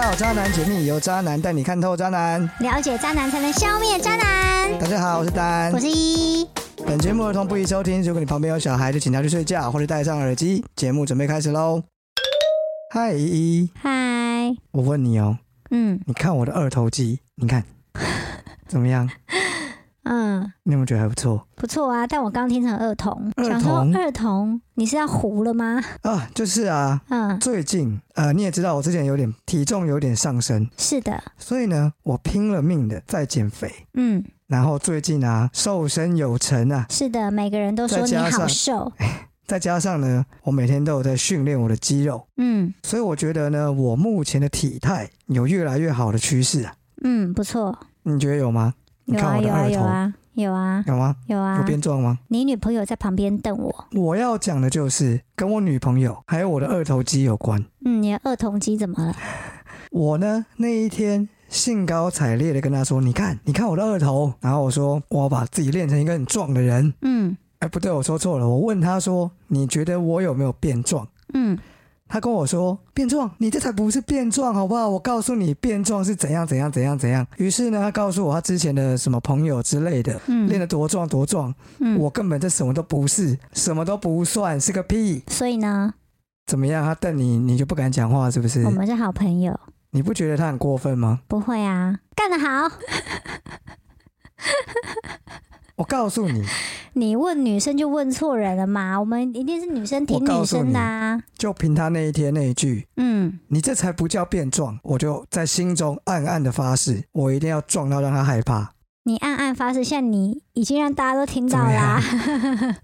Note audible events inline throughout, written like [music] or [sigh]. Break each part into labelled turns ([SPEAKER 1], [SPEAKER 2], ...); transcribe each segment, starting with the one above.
[SPEAKER 1] 好，渣男解密由渣男带你看透渣男。
[SPEAKER 2] 了解渣男才能消灭渣男。
[SPEAKER 1] 大家好，我是丹
[SPEAKER 2] 我。是一，
[SPEAKER 1] 本节目儿童不宜收听，如果你旁边有小孩，就请他去睡觉或者戴上耳机。节目准备开始喽。嗨，依依，
[SPEAKER 2] 嗨，
[SPEAKER 1] 我问你哦，
[SPEAKER 2] 嗯
[SPEAKER 1] 你看我的二头肌，你看怎么样？
[SPEAKER 2] 嗯，
[SPEAKER 1] 你有没有觉得还不错
[SPEAKER 2] 不错啊。但我刚听成二童，
[SPEAKER 1] 二
[SPEAKER 2] 想说
[SPEAKER 1] 童
[SPEAKER 2] 二童，你是要糊了吗？
[SPEAKER 1] 啊？就是啊，
[SPEAKER 2] 嗯，
[SPEAKER 1] 最近呃，你也知道我之前有点体重有点上升，
[SPEAKER 2] 是的，
[SPEAKER 1] 所以呢，我拼了命的在减肥。
[SPEAKER 2] 嗯，
[SPEAKER 1] 然后最近啊，瘦身有成啊，
[SPEAKER 2] 是的，每个人都说
[SPEAKER 1] 再
[SPEAKER 2] 你
[SPEAKER 1] 加
[SPEAKER 2] 好
[SPEAKER 1] 上
[SPEAKER 2] 瘦，
[SPEAKER 1] 再加上呢，我每天都有在训练我的肌肉，
[SPEAKER 2] 嗯
[SPEAKER 1] 所以我觉得呢，我目前的体态有越来越好的趋势啊。
[SPEAKER 2] 嗯，不错，
[SPEAKER 1] 你觉得有吗？你
[SPEAKER 2] 有
[SPEAKER 1] 看
[SPEAKER 2] 啊
[SPEAKER 1] 我的
[SPEAKER 2] 有啊
[SPEAKER 1] 二头
[SPEAKER 2] 有啊有啊
[SPEAKER 1] 有吗？
[SPEAKER 2] 有
[SPEAKER 1] 有
[SPEAKER 2] 啊。
[SPEAKER 1] 变壮吗？
[SPEAKER 2] 你女朋友在旁边瞪我，
[SPEAKER 1] 我要讲的就是跟我女朋友还有我的二头肌有关。
[SPEAKER 2] 嗯，你的二童肌怎么了？
[SPEAKER 1] 我呢那一天兴高采烈的跟她说：“你看，你看我的二头。”然后我说：“我要把自己练成一个很壮的人。
[SPEAKER 2] 嗯”
[SPEAKER 1] 哎，不对，我说错了。我问她说：“你觉得我有没有变壮？”
[SPEAKER 2] 嗯，
[SPEAKER 1] 他跟我说变壮，你这才不是变壮，好不好？我告诉你，变壮是怎样怎样怎样怎样。于是呢，他告诉我他之前的什么朋友之类的，
[SPEAKER 2] 嗯
[SPEAKER 1] 练得多壮多壮，
[SPEAKER 2] 嗯
[SPEAKER 1] 我根本这什么都不是，什么都不算，是个屁。
[SPEAKER 2] 所以呢，
[SPEAKER 1] 怎么样？他瞪你，你就不敢讲话，是不是
[SPEAKER 2] 我？们是好朋友，
[SPEAKER 1] 你不觉得他很过分吗？
[SPEAKER 2] 不会啊，干得好。
[SPEAKER 1] 我告诉你，
[SPEAKER 2] 你问女生就问错人了嘛？我们一定是女生挺
[SPEAKER 1] 我告
[SPEAKER 2] 女
[SPEAKER 1] 诉你
[SPEAKER 2] 生的啊。
[SPEAKER 1] 就凭他那一天那一句。
[SPEAKER 2] 嗯，
[SPEAKER 1] 你这才不叫变壮！我就在心中暗暗的发誓，我一定要壮到让他害怕。
[SPEAKER 2] 你暗暗发誓，像你已经让大家都听到啦。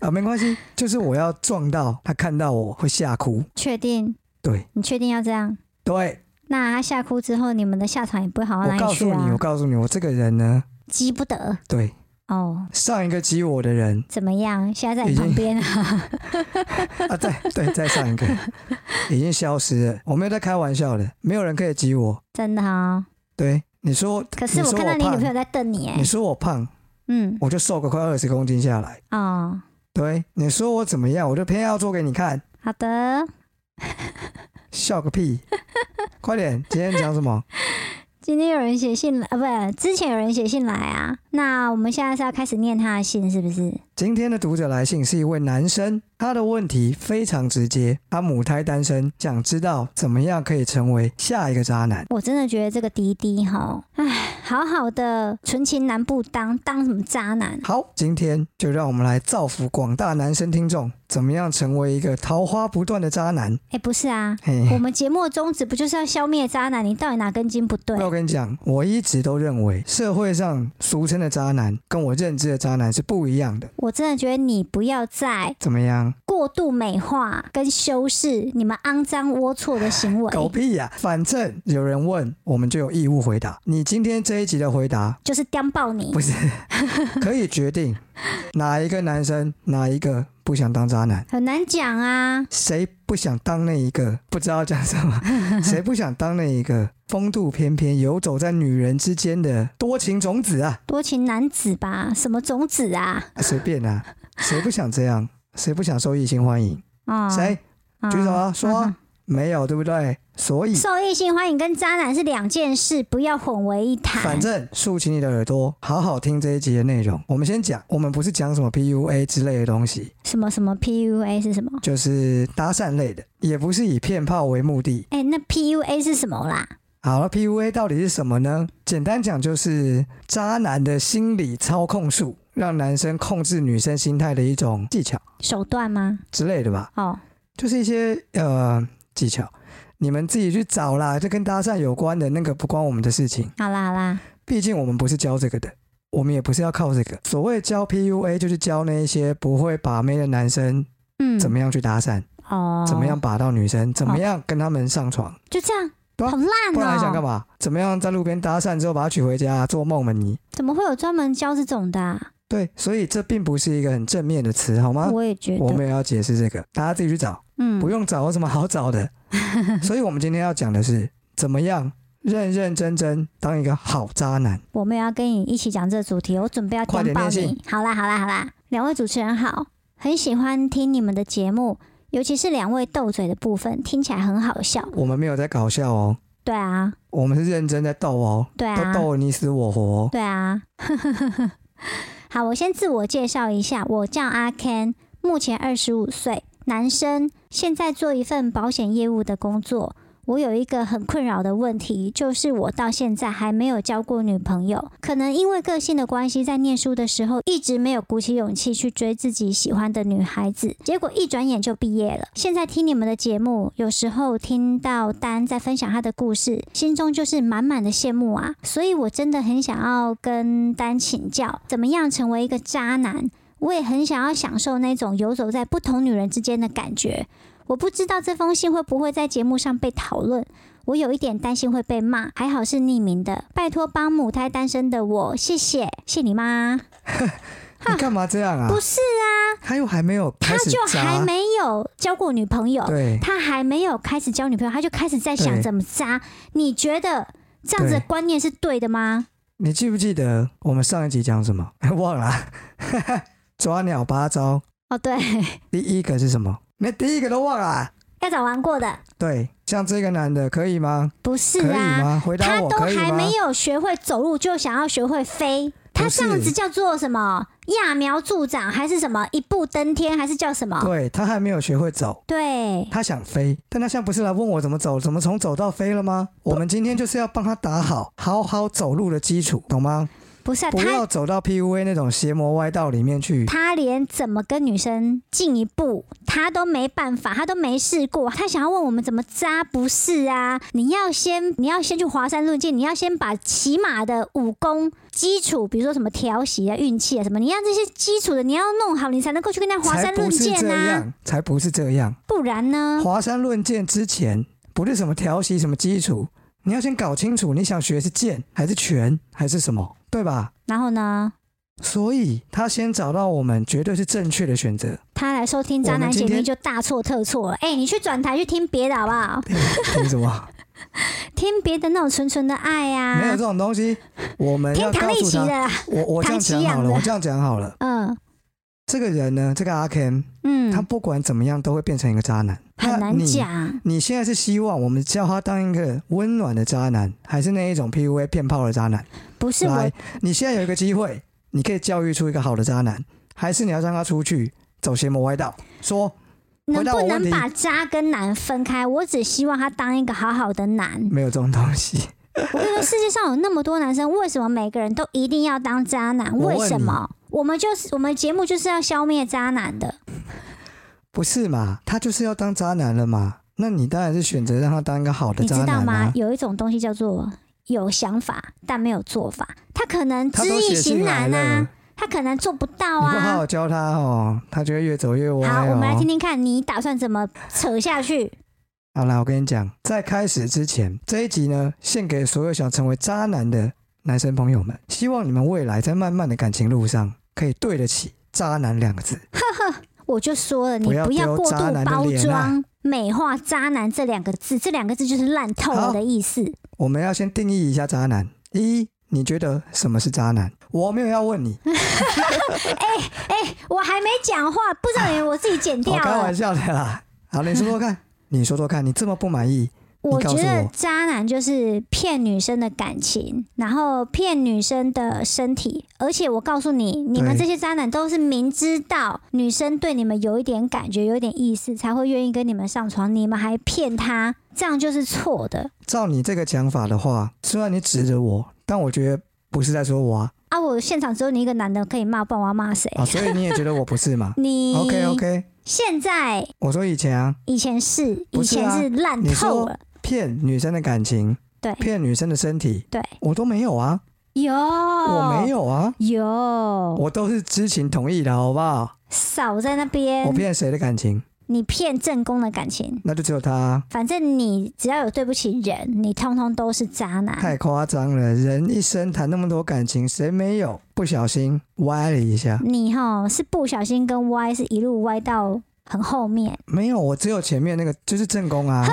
[SPEAKER 1] 啊，没关系，就是我要撞到他看到我会吓哭。
[SPEAKER 2] 确定？
[SPEAKER 1] 对
[SPEAKER 2] 你确定要这样？
[SPEAKER 1] 对，
[SPEAKER 2] 那他吓哭之后，你们的下场也不会好到哪
[SPEAKER 1] 我告
[SPEAKER 2] 里去
[SPEAKER 1] 诉你，我
[SPEAKER 2] 啊，
[SPEAKER 1] 告诉你，我这个人呢，
[SPEAKER 2] 急不得
[SPEAKER 1] 对
[SPEAKER 2] 哦。
[SPEAKER 1] 上一个激我的人
[SPEAKER 2] 怎么样？现在在
[SPEAKER 1] 已
[SPEAKER 2] 你
[SPEAKER 1] 经
[SPEAKER 2] 旁边啊？
[SPEAKER 1] [laughs] 啊，再对再上一个已经消失了，我没有在开玩笑的，没有人可以激我。
[SPEAKER 2] [laughs] 真的哦。
[SPEAKER 1] 对，你说，
[SPEAKER 2] 可是
[SPEAKER 1] 你
[SPEAKER 2] 我
[SPEAKER 1] 说
[SPEAKER 2] 看到你女朋
[SPEAKER 1] 胖，
[SPEAKER 2] 友在瞪你，哎
[SPEAKER 1] 你，说我胖，
[SPEAKER 2] 嗯，
[SPEAKER 1] 我就瘦个快二十公斤下来。
[SPEAKER 2] 哦，
[SPEAKER 1] 对，你说我怎么样，我就偏要做给你看，
[SPEAKER 2] 好的。
[SPEAKER 1] 笑个
[SPEAKER 2] [laughs]
[SPEAKER 1] 屁！快点，今天讲什么？
[SPEAKER 2] 今天有人写信来，啊，不，之前有人写信来啊。那我们现在是要开始念他的信，是不是？
[SPEAKER 1] 今天的读者来信是一位男生，他的问题非常直接，他母胎单身，想知道怎么样可以成为下一个渣男。
[SPEAKER 2] 我真的觉得这个滴滴哈，唉，好好的纯情男不当，当什么渣男？
[SPEAKER 1] 好，今天就让我们来造福广大男生听众，怎么样成为一个桃花不断的渣男？
[SPEAKER 2] 哎、不是啊，我
[SPEAKER 1] 嘿，
[SPEAKER 2] 们节目的宗旨不就是要消灭渣男？你到底哪根筋不对
[SPEAKER 1] 那？我跟你讲，我一直都认为社会上俗称的渣男跟我认知的渣男是不一样的。
[SPEAKER 2] 我真的觉得你不要再
[SPEAKER 1] 怎么样？
[SPEAKER 2] 过度美化跟修饰你们肮脏龌龊的行为，
[SPEAKER 1] 狗屁呀、反正有人问，我们就有义务回答。你今天这一集的回答
[SPEAKER 2] 就是刁爆你
[SPEAKER 1] 不。是可以决定哪一个男生哪一个不想当渣男，
[SPEAKER 2] 很难讲啊，
[SPEAKER 1] 谁不想当那一个不知道讲什 [laughs] 么，谁不想当那一个风度翩翩游走在女人之间的多情种子啊，
[SPEAKER 2] 多情男子吧，什么种子啊？
[SPEAKER 1] 啊随便啊，谁不想这样，谁不想受异性欢迎，
[SPEAKER 2] 哦，
[SPEAKER 1] 谁
[SPEAKER 2] 哦
[SPEAKER 1] 举手啊说啊
[SPEAKER 2] 嗯
[SPEAKER 1] 没有对不对？所以
[SPEAKER 2] 受异性欢迎跟渣男是两件事，不要混为一谈。
[SPEAKER 1] 反正竖起你的耳朵，好好听这一集的内容。我们先讲，我们不是讲什么 PUA 之类的东西，
[SPEAKER 2] 什么什么 PUA 是什么？
[SPEAKER 1] 就是搭讪类的，也不是以骗炮为目的。
[SPEAKER 2] 哎、那 PUA 是什么啦？
[SPEAKER 1] 好了，PUA 到底是什么呢？简单讲就是渣男的心理操控术，让男生控制女生心态的一种技巧
[SPEAKER 2] 手段吗？
[SPEAKER 1] 之类的吧，
[SPEAKER 2] 哦，
[SPEAKER 1] 就是一些呃技巧，你们自己去找啦，这跟搭讪有关的那个不关我们的事情，
[SPEAKER 2] 好啦好啦，
[SPEAKER 1] 毕竟我们不是教这个的。我们也不是要靠这个，所谓教 PUA 就是教那一些不会把妹的男生
[SPEAKER 2] 嗯，
[SPEAKER 1] 怎么样去搭讪，
[SPEAKER 2] 哦，
[SPEAKER 1] 怎么样把到女生，怎么样跟他们上床，
[SPEAKER 2] 就这样？
[SPEAKER 1] 对啊
[SPEAKER 2] 好烂
[SPEAKER 1] 不然还想干
[SPEAKER 2] 哦、
[SPEAKER 1] 嘛？怎么样在路边搭讪之后把她娶回家，做梦吧你？
[SPEAKER 2] 怎么会有专门教这种的啊、
[SPEAKER 1] 对，所以这并不是一个很正面的词，好吗？
[SPEAKER 2] 我也觉
[SPEAKER 1] 啊我
[SPEAKER 2] 得，
[SPEAKER 1] 们也要解释这个，大家自己去找，
[SPEAKER 2] 嗯，
[SPEAKER 1] 不用找，有什么好找
[SPEAKER 2] [laughs]
[SPEAKER 1] 的？所以我们今天要讲的是，怎么样认认真真当一个好渣男。
[SPEAKER 2] 我们也要跟你一起讲这个主题，我准备要
[SPEAKER 1] 快点
[SPEAKER 2] 电爆
[SPEAKER 1] 念信
[SPEAKER 2] 你。好啦好啦好啦，两位主持人好，很喜欢听你们的节目，尤其是两位斗嘴的部分，听起来很好笑。
[SPEAKER 1] 我们没有在搞笑哦，
[SPEAKER 2] 对啊，
[SPEAKER 1] 我们是认真在斗哦，
[SPEAKER 2] 对啊
[SPEAKER 1] 都斗得你死我活哦。
[SPEAKER 2] 对啊。 [laughs] 好，我先自我介绍一下，我叫阿 Ken，目前二十五岁，男生，现在做一份保险业务的工作。我有一个很困扰的问题，就是我到现在还没有交过女朋友，可能因为个性的关系，在念书的时候一直没有鼓起勇气去追自己喜欢的女孩子，结果一转眼就毕业了。现在听你们的节目，有时候听到丹在分享她的故事，心中就是满满的羡慕啊，所以我真的很想要跟丹请教，怎么样成为一个渣男？我也很想要享受那种游走在不同女人之间的感觉，我不知道这封信会不会在节目上被讨论，我有一点担心会被骂，还好是匿名的。拜托帮母胎单身的我，谢谢，谢你
[SPEAKER 1] 啊
[SPEAKER 2] 妈。
[SPEAKER 1] [laughs] 你干嘛这样啊
[SPEAKER 2] 不？是，
[SPEAKER 1] 他又还没有
[SPEAKER 2] 他
[SPEAKER 1] 开始
[SPEAKER 2] 就还
[SPEAKER 1] 渣，
[SPEAKER 2] 没有交过女朋友，
[SPEAKER 1] 对，
[SPEAKER 2] 他还没有开始交女朋友，他就开始在想
[SPEAKER 1] 对
[SPEAKER 2] 怎么渣。你觉得这样子的
[SPEAKER 1] 对
[SPEAKER 2] 观念是对的吗？
[SPEAKER 1] 你记不记得我们上一集讲什么？忘了啊， [laughs] 抓鸟八招，
[SPEAKER 2] 哦，对， [laughs]
[SPEAKER 1] 第一个是什么？连第一个都忘了啊。
[SPEAKER 2] 要找玩过的，
[SPEAKER 1] 对，像这个男的可以吗？
[SPEAKER 2] 不是
[SPEAKER 1] 可以
[SPEAKER 2] 啊？
[SPEAKER 1] 吗？回
[SPEAKER 2] 他
[SPEAKER 1] 答我
[SPEAKER 2] 都
[SPEAKER 1] 可以
[SPEAKER 2] 还
[SPEAKER 1] 吗？
[SPEAKER 2] 没有学会走路，就想要学会飞，他
[SPEAKER 1] 不是
[SPEAKER 2] 这样子叫做什么？揠苗助长，还是什么一步登天，还是叫什么？
[SPEAKER 1] 对他还没有学会走，
[SPEAKER 2] 对，
[SPEAKER 1] 他想飞，但他现在不是来问我怎么走，怎么从走到飞了吗？我们今天就是要帮他打好好好走路的基础，懂吗？
[SPEAKER 2] 不是、啊、
[SPEAKER 1] 不
[SPEAKER 2] 他，
[SPEAKER 1] 要走到 PUA 那种邪魔歪道里面去。
[SPEAKER 2] 他连怎么跟女生进一步，他都没办法，他都没试过。他想要问我们怎么扎，不是啊？你要先，你要先去华山论剑，你要先把起码的武功基础，比如说什么调息啊、运气啊什么，你要这些基础的你要弄好，你才能够去跟他华
[SPEAKER 1] 才
[SPEAKER 2] 山论
[SPEAKER 1] 不是
[SPEAKER 2] 剑
[SPEAKER 1] 这
[SPEAKER 2] 啊，嗯
[SPEAKER 1] 样，才不是这样。
[SPEAKER 2] 不然呢？
[SPEAKER 1] 华山论剑之前不是什么调息什么基础，你要先搞清楚你想学是剑还是拳还是什么，对吧？
[SPEAKER 2] 然后呢？
[SPEAKER 1] 所以他先找到我们绝对是正确的选择。
[SPEAKER 2] 他来收听《渣
[SPEAKER 1] 我
[SPEAKER 2] 男
[SPEAKER 1] 们今
[SPEAKER 2] 解密》
[SPEAKER 1] 天
[SPEAKER 2] 就大错特错了。哎、你去转台去听别的好不好？ [laughs]
[SPEAKER 1] 凭什么？
[SPEAKER 2] 听别的那种纯纯的爱呀、
[SPEAKER 1] 没有这种东西。我们
[SPEAKER 2] 听
[SPEAKER 1] 要
[SPEAKER 2] 唐
[SPEAKER 1] 告
[SPEAKER 2] 立
[SPEAKER 1] 诉
[SPEAKER 2] 奇的
[SPEAKER 1] 他，
[SPEAKER 2] 啦。
[SPEAKER 1] 我我这
[SPEAKER 2] 唐
[SPEAKER 1] 样
[SPEAKER 2] 奇
[SPEAKER 1] 讲好
[SPEAKER 2] 养
[SPEAKER 1] 了，
[SPEAKER 2] 的
[SPEAKER 1] 我这样讲好了。
[SPEAKER 2] 嗯
[SPEAKER 1] 这个人呢，这个阿 Ken，
[SPEAKER 2] 嗯，
[SPEAKER 1] 他不管怎么样都会变成一个渣男。
[SPEAKER 2] 很
[SPEAKER 1] 那
[SPEAKER 2] 难
[SPEAKER 1] 你
[SPEAKER 2] 讲。
[SPEAKER 1] 你现在是希望我们教他当一个温暖的渣男，还是那一种 PUA 骗炮的渣男？
[SPEAKER 2] 不是我
[SPEAKER 1] 来，，你现在有一个机会，你可以教育出一个好的渣男，还是你要让他出去走邪魔歪道？说
[SPEAKER 2] 能
[SPEAKER 1] 回答
[SPEAKER 2] 不
[SPEAKER 1] 我问
[SPEAKER 2] 能
[SPEAKER 1] 题
[SPEAKER 2] 把渣跟男分开？我只希望他当一个好好的男。
[SPEAKER 1] 没有这种东西。 [laughs]
[SPEAKER 2] 我跟你说，世界上有那么多男生，为什么每个人都一定要当渣男？
[SPEAKER 1] 我问
[SPEAKER 2] 为什么？我们就是我们节目就是要消灭渣男的。
[SPEAKER 1] 不是嘛？他就是要当渣男了嘛？那你当然是选择让他当一个好的
[SPEAKER 2] 你
[SPEAKER 1] 渣
[SPEAKER 2] 知道
[SPEAKER 1] 男
[SPEAKER 2] 吗
[SPEAKER 1] 啊？。
[SPEAKER 2] 有一种东西叫做有想法但没有做法，他可能
[SPEAKER 1] 他
[SPEAKER 2] 知
[SPEAKER 1] 都
[SPEAKER 2] 易
[SPEAKER 1] 写
[SPEAKER 2] 行
[SPEAKER 1] 信来
[SPEAKER 2] 难
[SPEAKER 1] 了
[SPEAKER 2] 啊，，他可能做不到
[SPEAKER 1] 你不好 [laughs]
[SPEAKER 2] 啊。
[SPEAKER 1] 好教他哦，他就会越走越歪
[SPEAKER 2] 好，我们来听
[SPEAKER 1] 哦。
[SPEAKER 2] 听看，你打算怎么扯下去？
[SPEAKER 1] 好啦，我跟你讲，在开始之前，这一集呢，献给所有想成为渣男的男生朋友们，希望你们未来在漫漫的感情路上，可以对得起“渣男”两个字。
[SPEAKER 2] 我就说了，你
[SPEAKER 1] 不要
[SPEAKER 2] 不要
[SPEAKER 1] 丢
[SPEAKER 2] 过
[SPEAKER 1] 渣
[SPEAKER 2] 度
[SPEAKER 1] 男的
[SPEAKER 2] 包
[SPEAKER 1] 脸啊
[SPEAKER 2] 装、美化“渣男”这两个字，这两个字就是烂透了
[SPEAKER 1] 好
[SPEAKER 2] 的意思。
[SPEAKER 1] 我们要先定义一下渣男。一，你觉得什么是渣男？我没有要问你，
[SPEAKER 2] 哎我还没讲话，不知道你我自己剪掉
[SPEAKER 1] 我开
[SPEAKER 2] 了
[SPEAKER 1] 玩。笑的啦。好，你说说看，你说说看，你这么不满意，
[SPEAKER 2] 我
[SPEAKER 1] 你
[SPEAKER 2] 觉
[SPEAKER 1] 告诉
[SPEAKER 2] 得
[SPEAKER 1] 我
[SPEAKER 2] 渣男就是骗女生的感情，然后骗女生的身体，而且我告诉你，你们这
[SPEAKER 1] 对
[SPEAKER 2] 些渣男都是明知道女生对你们有一点感觉、有一点意思，才会愿意跟你们上床，你们还骗她，这样就是错的
[SPEAKER 1] 照你这个讲法的话，虽然你指着我，但我觉得不是在说我啊，
[SPEAKER 2] 啊！我现场只有你一个男的可以骂，不然我要骂谁？
[SPEAKER 1] 啊，所以你也觉得我不是嘛
[SPEAKER 2] [laughs] 你
[SPEAKER 1] ？OK OK，
[SPEAKER 2] 现在
[SPEAKER 1] 我说以前啊，
[SPEAKER 2] 以前是，以
[SPEAKER 1] 不是
[SPEAKER 2] 前
[SPEAKER 1] 啊
[SPEAKER 2] 是烂
[SPEAKER 1] 你
[SPEAKER 2] 透
[SPEAKER 1] 说
[SPEAKER 2] 了。
[SPEAKER 1] 骗女生的感情，
[SPEAKER 2] 对
[SPEAKER 1] 骗女生的身体，
[SPEAKER 2] 对，
[SPEAKER 1] 我都没有啊，
[SPEAKER 2] 有，
[SPEAKER 1] 我
[SPEAKER 2] 我
[SPEAKER 1] 没有啊，
[SPEAKER 2] 有，
[SPEAKER 1] 我都是知情同意的，好不好？
[SPEAKER 2] 少在那
[SPEAKER 1] 我
[SPEAKER 2] 边，
[SPEAKER 1] 骗谁的感情？
[SPEAKER 2] 你骗正宫的感情。
[SPEAKER 1] 那就只有他啊、
[SPEAKER 2] 反正你只要有对不起人，你通通都是渣男。
[SPEAKER 1] 太夸张了，人一生谈那么多感情，谁没有不小心歪了一下？
[SPEAKER 2] 你哈是不小心跟歪是一路歪到很后面，
[SPEAKER 1] 没有，我只有前面那个就是正宫啊，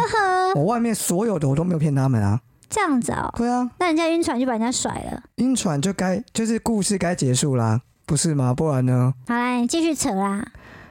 [SPEAKER 1] 我外面所有的我都没有骗他们啊。
[SPEAKER 2] 这样子哦、
[SPEAKER 1] 对啊，
[SPEAKER 2] 那人家晕船就把人家甩了。
[SPEAKER 1] 晕船就该就是故事该结束啦，不是吗？不然呢？
[SPEAKER 2] 好啦，你继续扯啦。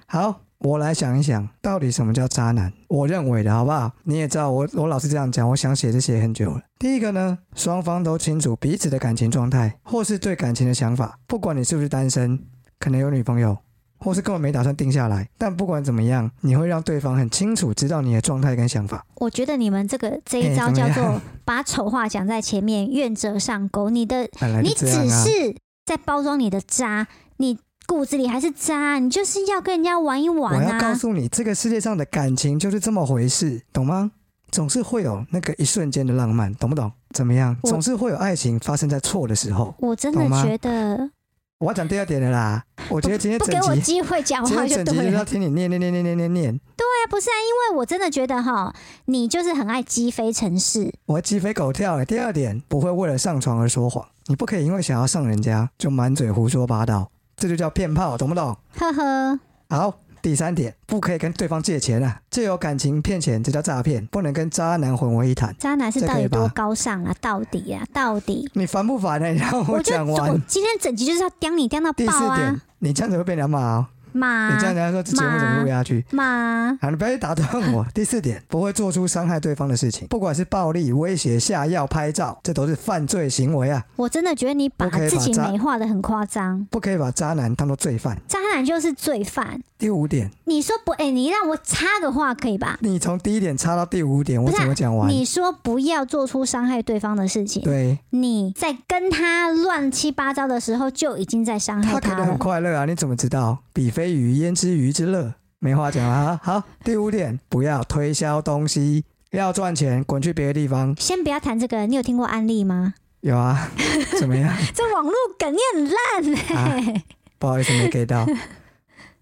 [SPEAKER 1] 好，我来想一想，到底什么叫渣男？我认为的好不好？你也知道我，我老是这样讲，我想写是写很久了。第一个呢，双方都清楚彼此的感情状态，或是对感情的想法。不管你是不是单身，可能有女朋友，或是根本没打算定下来，但不管怎么样，你会让对方很清楚知道你的状态跟想法。
[SPEAKER 2] 我觉得你们这个这一
[SPEAKER 1] 哎
[SPEAKER 2] 招
[SPEAKER 1] 怎么
[SPEAKER 2] 叫
[SPEAKER 1] 样
[SPEAKER 2] 做把丑话讲在前面，愿者上钩。你的
[SPEAKER 1] 本来
[SPEAKER 2] 你
[SPEAKER 1] 就这样
[SPEAKER 2] 只
[SPEAKER 1] 啊。
[SPEAKER 2] 是在包装你的渣，你骨子里还是渣，你就是要跟人家玩一
[SPEAKER 1] 我
[SPEAKER 2] 玩
[SPEAKER 1] 要告
[SPEAKER 2] 啊。
[SPEAKER 1] 诉你，这个世界上的感情就是这么回事，懂吗？总是会有那个一瞬间的浪漫，懂不懂？怎么样？
[SPEAKER 2] 我
[SPEAKER 1] 总是会有爱情发生在错的时候。
[SPEAKER 2] 我真
[SPEAKER 1] 懂
[SPEAKER 2] 的
[SPEAKER 1] 吗
[SPEAKER 2] 觉得
[SPEAKER 1] 我要讲第二点了啦。我觉得今天
[SPEAKER 2] 不
[SPEAKER 1] 整
[SPEAKER 2] 给我
[SPEAKER 1] 集，
[SPEAKER 2] 机会讲
[SPEAKER 1] 今
[SPEAKER 2] 话
[SPEAKER 1] 天
[SPEAKER 2] 就
[SPEAKER 1] 整集
[SPEAKER 2] 对
[SPEAKER 1] 就是
[SPEAKER 2] 了
[SPEAKER 1] 要。听你念念念念念念念。
[SPEAKER 2] 哎不是啊，因为我真的觉得哈，你就是很爱鸡飞城市。
[SPEAKER 1] 我鸡飞狗跳、欸。第二点，不会为了上床而说谎，你不可以因为想要上人家就满嘴胡说八道，这就叫骗炮，懂不懂？
[SPEAKER 2] 呵呵，
[SPEAKER 1] 好，第三点，不可以跟对方借钱啊，借由感情骗钱，这叫诈骗，不能跟渣男混为一谈。
[SPEAKER 2] 渣男是
[SPEAKER 1] 这
[SPEAKER 2] 到
[SPEAKER 1] 可以
[SPEAKER 2] 底多
[SPEAKER 1] 吧
[SPEAKER 2] 高尚啊？到底啊？到底？
[SPEAKER 1] 你烦不烦呢、啊你让
[SPEAKER 2] 我就
[SPEAKER 1] 讲
[SPEAKER 2] 我
[SPEAKER 1] 完。
[SPEAKER 2] 今天整集就是要刁你刁到
[SPEAKER 1] 第
[SPEAKER 2] 爆
[SPEAKER 1] 四点
[SPEAKER 2] 啊！，
[SPEAKER 1] 你这样子会被人家骂哦，
[SPEAKER 2] 妈
[SPEAKER 1] 你这样人家说这节目怎么录下去？
[SPEAKER 2] 妈，
[SPEAKER 1] 啊好，你不要去打断我。第四点，不会做出伤害对方的事情，不管是暴力、威胁、下药、拍照，这都是犯罪行为啊！
[SPEAKER 2] 我真的觉得你把
[SPEAKER 1] 不可以
[SPEAKER 2] 自己
[SPEAKER 1] 把渣
[SPEAKER 2] 美化的很夸张，
[SPEAKER 1] 不可以把渣男当做罪犯。
[SPEAKER 2] 渣男就是罪犯。
[SPEAKER 1] 第五点，
[SPEAKER 2] 你说不？哎、你让我插个话可以吧？
[SPEAKER 1] 你从第一点插到第五点，我
[SPEAKER 2] 不是啊
[SPEAKER 1] 怎么讲完？
[SPEAKER 2] 你说不要做出伤害对方的事情，
[SPEAKER 1] 对
[SPEAKER 2] 你在跟他乱七八糟的时候就已经在伤害
[SPEAKER 1] 他可能
[SPEAKER 2] 了
[SPEAKER 1] 很。快乐啊，你怎么知道？比非鱼焉知鱼之乐？没话讲啊！好，第五点，不要推销东西，要赚钱滚去别的地方。
[SPEAKER 2] 先不要谈这个，你有听过案例吗？
[SPEAKER 1] 有啊， [laughs] 怎么样？
[SPEAKER 2] 这网络梗你很
[SPEAKER 1] [laughs]
[SPEAKER 2] 烂
[SPEAKER 1] 啊
[SPEAKER 2] 哎、
[SPEAKER 1] 不好意思，没给
[SPEAKER 2] [laughs]
[SPEAKER 1] 到。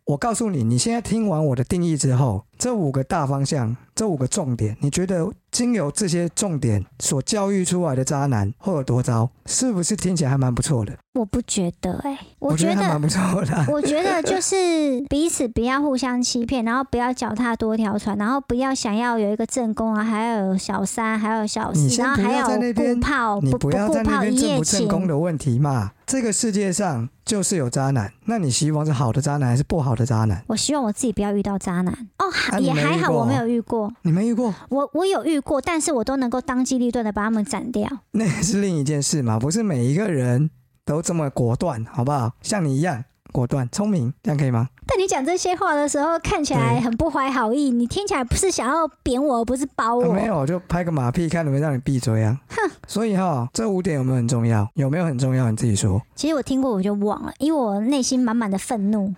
[SPEAKER 1] 我告诉你，你现在听完我的定义之后，这五个大方向，这五个重点，你觉得经由这些重点所教育出来的渣男会有多糟？是不是听起来还蛮不错的？
[SPEAKER 2] 我不觉得哎、
[SPEAKER 1] 我
[SPEAKER 2] 我觉
[SPEAKER 1] 还
[SPEAKER 2] 得
[SPEAKER 1] 蛮不错的啊、
[SPEAKER 2] 我觉 [laughs] 得就是彼此不要互相欺骗，然后不要脚踏多条船，然后不要想要有一个正宫啊，还要有小三，还要有小
[SPEAKER 1] 你
[SPEAKER 2] 四，
[SPEAKER 1] 先
[SPEAKER 2] 然后
[SPEAKER 1] 不
[SPEAKER 2] 还
[SPEAKER 1] 要在那
[SPEAKER 2] 有
[SPEAKER 1] 边
[SPEAKER 2] 顾炮，
[SPEAKER 1] 你
[SPEAKER 2] 不
[SPEAKER 1] 不要
[SPEAKER 2] 顾
[SPEAKER 1] 在那
[SPEAKER 2] 炮
[SPEAKER 1] 边
[SPEAKER 2] 一
[SPEAKER 1] 正
[SPEAKER 2] 夜
[SPEAKER 1] 不正宫
[SPEAKER 2] 情。
[SPEAKER 1] 的问题嘛。这个世界上就是有渣男，那你希望是好的渣男还是不好的渣男？
[SPEAKER 2] 我希望我自己不要遇到渣男哦，
[SPEAKER 1] 啊
[SPEAKER 2] 还
[SPEAKER 1] 你
[SPEAKER 2] 也
[SPEAKER 1] 没
[SPEAKER 2] 还
[SPEAKER 1] 遇
[SPEAKER 2] 好
[SPEAKER 1] 过
[SPEAKER 2] 我没
[SPEAKER 1] 哦
[SPEAKER 2] 有遇过，
[SPEAKER 1] 你没遇过，
[SPEAKER 2] 我我有遇过，但是我都能够当机立断的把他们斩掉。
[SPEAKER 1] [laughs] 那也是另一件事嘛。不是每一个人都这么果断，好不好？像你一样果断、聪明，这样可以吗？
[SPEAKER 2] 但你讲这些话的时候，看起来
[SPEAKER 1] 对
[SPEAKER 2] 很不怀好意，你听起来不是想要贬我，不是包
[SPEAKER 1] 啊
[SPEAKER 2] 哦我。
[SPEAKER 1] 没有，我就拍个马屁，看能不能让你闭嘴啊。哼，所以哈、这五点有没有很重要？有没有很重要？你自己说。
[SPEAKER 2] 其实我听过我就忘了，因为我内心满满的愤怒。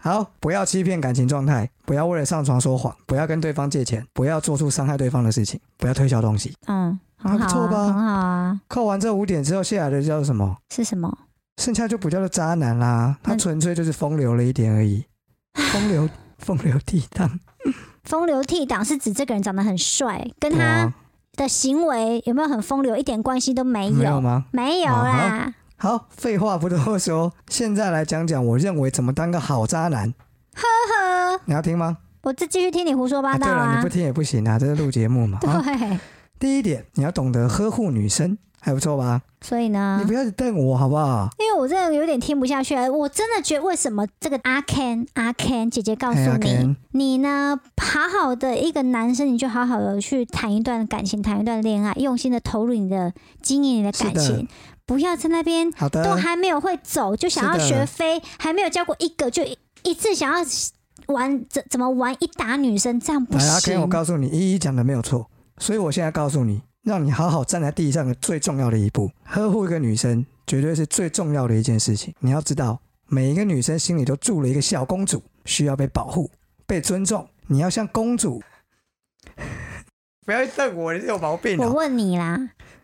[SPEAKER 1] 好，不要欺骗感情状态，不要为了上床说谎，不要跟对方借钱，不要做出伤害对方的事情，不要推销东西。
[SPEAKER 2] 嗯，
[SPEAKER 1] 还
[SPEAKER 2] 很
[SPEAKER 1] 不
[SPEAKER 2] 好、啊，
[SPEAKER 1] 错吧
[SPEAKER 2] 很好啊。
[SPEAKER 1] 扣完这五点之后，下来的叫什么？
[SPEAKER 2] 是什么？
[SPEAKER 1] 剩下就不叫做渣男啦，他
[SPEAKER 2] 那
[SPEAKER 1] 纯粹就是风流了一点而已，风流风流倜傥。
[SPEAKER 2] 风流倜傥是指这个人长得很帅，跟
[SPEAKER 1] 对
[SPEAKER 2] 他
[SPEAKER 1] 啊，
[SPEAKER 2] 的行为有没有很风流一点关系都没有，
[SPEAKER 1] 没有啊吗？
[SPEAKER 2] 没有啦。
[SPEAKER 1] 好，废话不多说，现在来讲讲我认为怎么当个好渣男。
[SPEAKER 2] 呵呵，
[SPEAKER 1] 你要听吗？
[SPEAKER 2] 我这继续听你胡说八
[SPEAKER 1] 啊
[SPEAKER 2] 道
[SPEAKER 1] 对了，你
[SPEAKER 2] 啊。
[SPEAKER 1] 不听也不行啊，这是录节目嘛。啊
[SPEAKER 2] 对，
[SPEAKER 1] 第一点，你要懂得呵护女生，还不错吧？
[SPEAKER 2] 所以呢
[SPEAKER 1] 你，不要一直瞪我好不好？
[SPEAKER 2] 因为我真的有点听不下去了，我真的觉得为什么这个阿 Ken 阿 Ken 姐姐告诉
[SPEAKER 1] 嘿阿
[SPEAKER 2] 你
[SPEAKER 1] Ken，
[SPEAKER 2] 你呢好好的一个男生，你就好好的去谈一段感情，谈一段恋爱，用心的投入你的经营你的感
[SPEAKER 1] 是
[SPEAKER 2] 情
[SPEAKER 1] 的，
[SPEAKER 2] 不要在那边
[SPEAKER 1] 好
[SPEAKER 2] 都
[SPEAKER 1] 的，
[SPEAKER 2] 还没有会走，就想要
[SPEAKER 1] 是的
[SPEAKER 2] 学飞，还没有教过一个，就一一次想要玩怎怎么玩一打女生，这样不
[SPEAKER 1] 来阿
[SPEAKER 2] 行。
[SPEAKER 1] 哎 Ken，我告诉你，依依讲的没有错，所以我现在告诉你，让你好好站在地上的最重要的一步，呵护一个女生绝对是最重要的一件事情。你要知道，每一个女生心里都住了一个小公主，需要被保护、被尊重。你要像公主， [laughs] 不要一直瞪我，你是有毛病
[SPEAKER 2] 我
[SPEAKER 1] 哦！
[SPEAKER 2] 问你啦，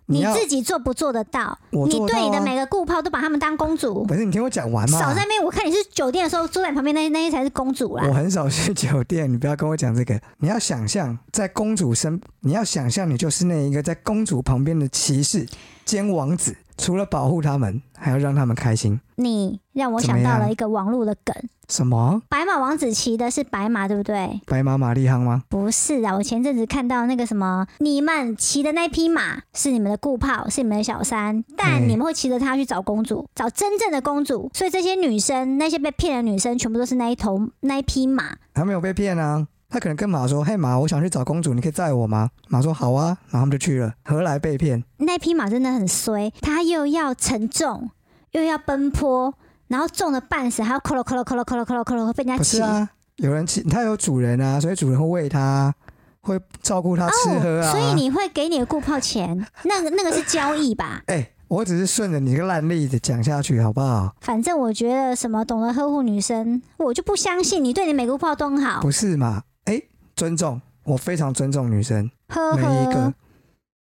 [SPEAKER 1] 你
[SPEAKER 2] 你
[SPEAKER 1] 要
[SPEAKER 2] 自己做不做得到？
[SPEAKER 1] 我
[SPEAKER 2] 你
[SPEAKER 1] 做得
[SPEAKER 2] 对
[SPEAKER 1] 到
[SPEAKER 2] 你的
[SPEAKER 1] 啊
[SPEAKER 2] 每个顾炮都把他们当公主，
[SPEAKER 1] 不是你听我讲完嘛？
[SPEAKER 2] 少在那边。我看你是酒店的时候坐在你旁边那那些才是公主
[SPEAKER 1] 我
[SPEAKER 2] 啦。
[SPEAKER 1] 很少去酒店，你不要跟我讲这个。你要想象在公主身，你要想象你就是那一个在公主旁边的骑士兼王子，除了保护他们，还要让他们开心。
[SPEAKER 2] 你让我
[SPEAKER 1] 怎么
[SPEAKER 2] 想到
[SPEAKER 1] 样
[SPEAKER 2] 了一个网络的梗，
[SPEAKER 1] 什么？
[SPEAKER 2] 白马王子骑的是白马，对不对？
[SPEAKER 1] 白马玛丽亨吗？
[SPEAKER 2] 不是啊，我前阵子看到那个什么，你们骑的那匹马是你们的顾炮，是你们的小三，但
[SPEAKER 1] 对
[SPEAKER 2] 你们会骑着它去找公主，找真正的公主。所以这些女生，那些被骗的女生，全部都是那一头那一匹马。
[SPEAKER 1] 他没有被骗啊。他可能跟马说：“嘿马，我想去找公主，你可以载我吗？”马说：“好啊。”然后他们就去了，何来被骗？
[SPEAKER 2] 那匹马真的很衰，它又要沉重，又要奔波，然后重的半死，还要咯咯咯咯咯咯咯咯咯被人家
[SPEAKER 1] 不是
[SPEAKER 2] 骑。
[SPEAKER 1] 啊，有人骑，他有主人啊，所以主人会喂他，会照顾他吃喝啊。
[SPEAKER 2] 哦所以你会给你的顾炮钱，那个那个是交易吧？
[SPEAKER 1] 哎、我只是顺着你这个烂例子讲下去，好不好？
[SPEAKER 2] 反正我觉得什么懂得呵护女生，我就不相信你对你每个炮都很好。
[SPEAKER 1] 不是嘛？哎、尊重，我非常尊重女生，
[SPEAKER 2] 呵
[SPEAKER 1] 每一个
[SPEAKER 2] 呵，，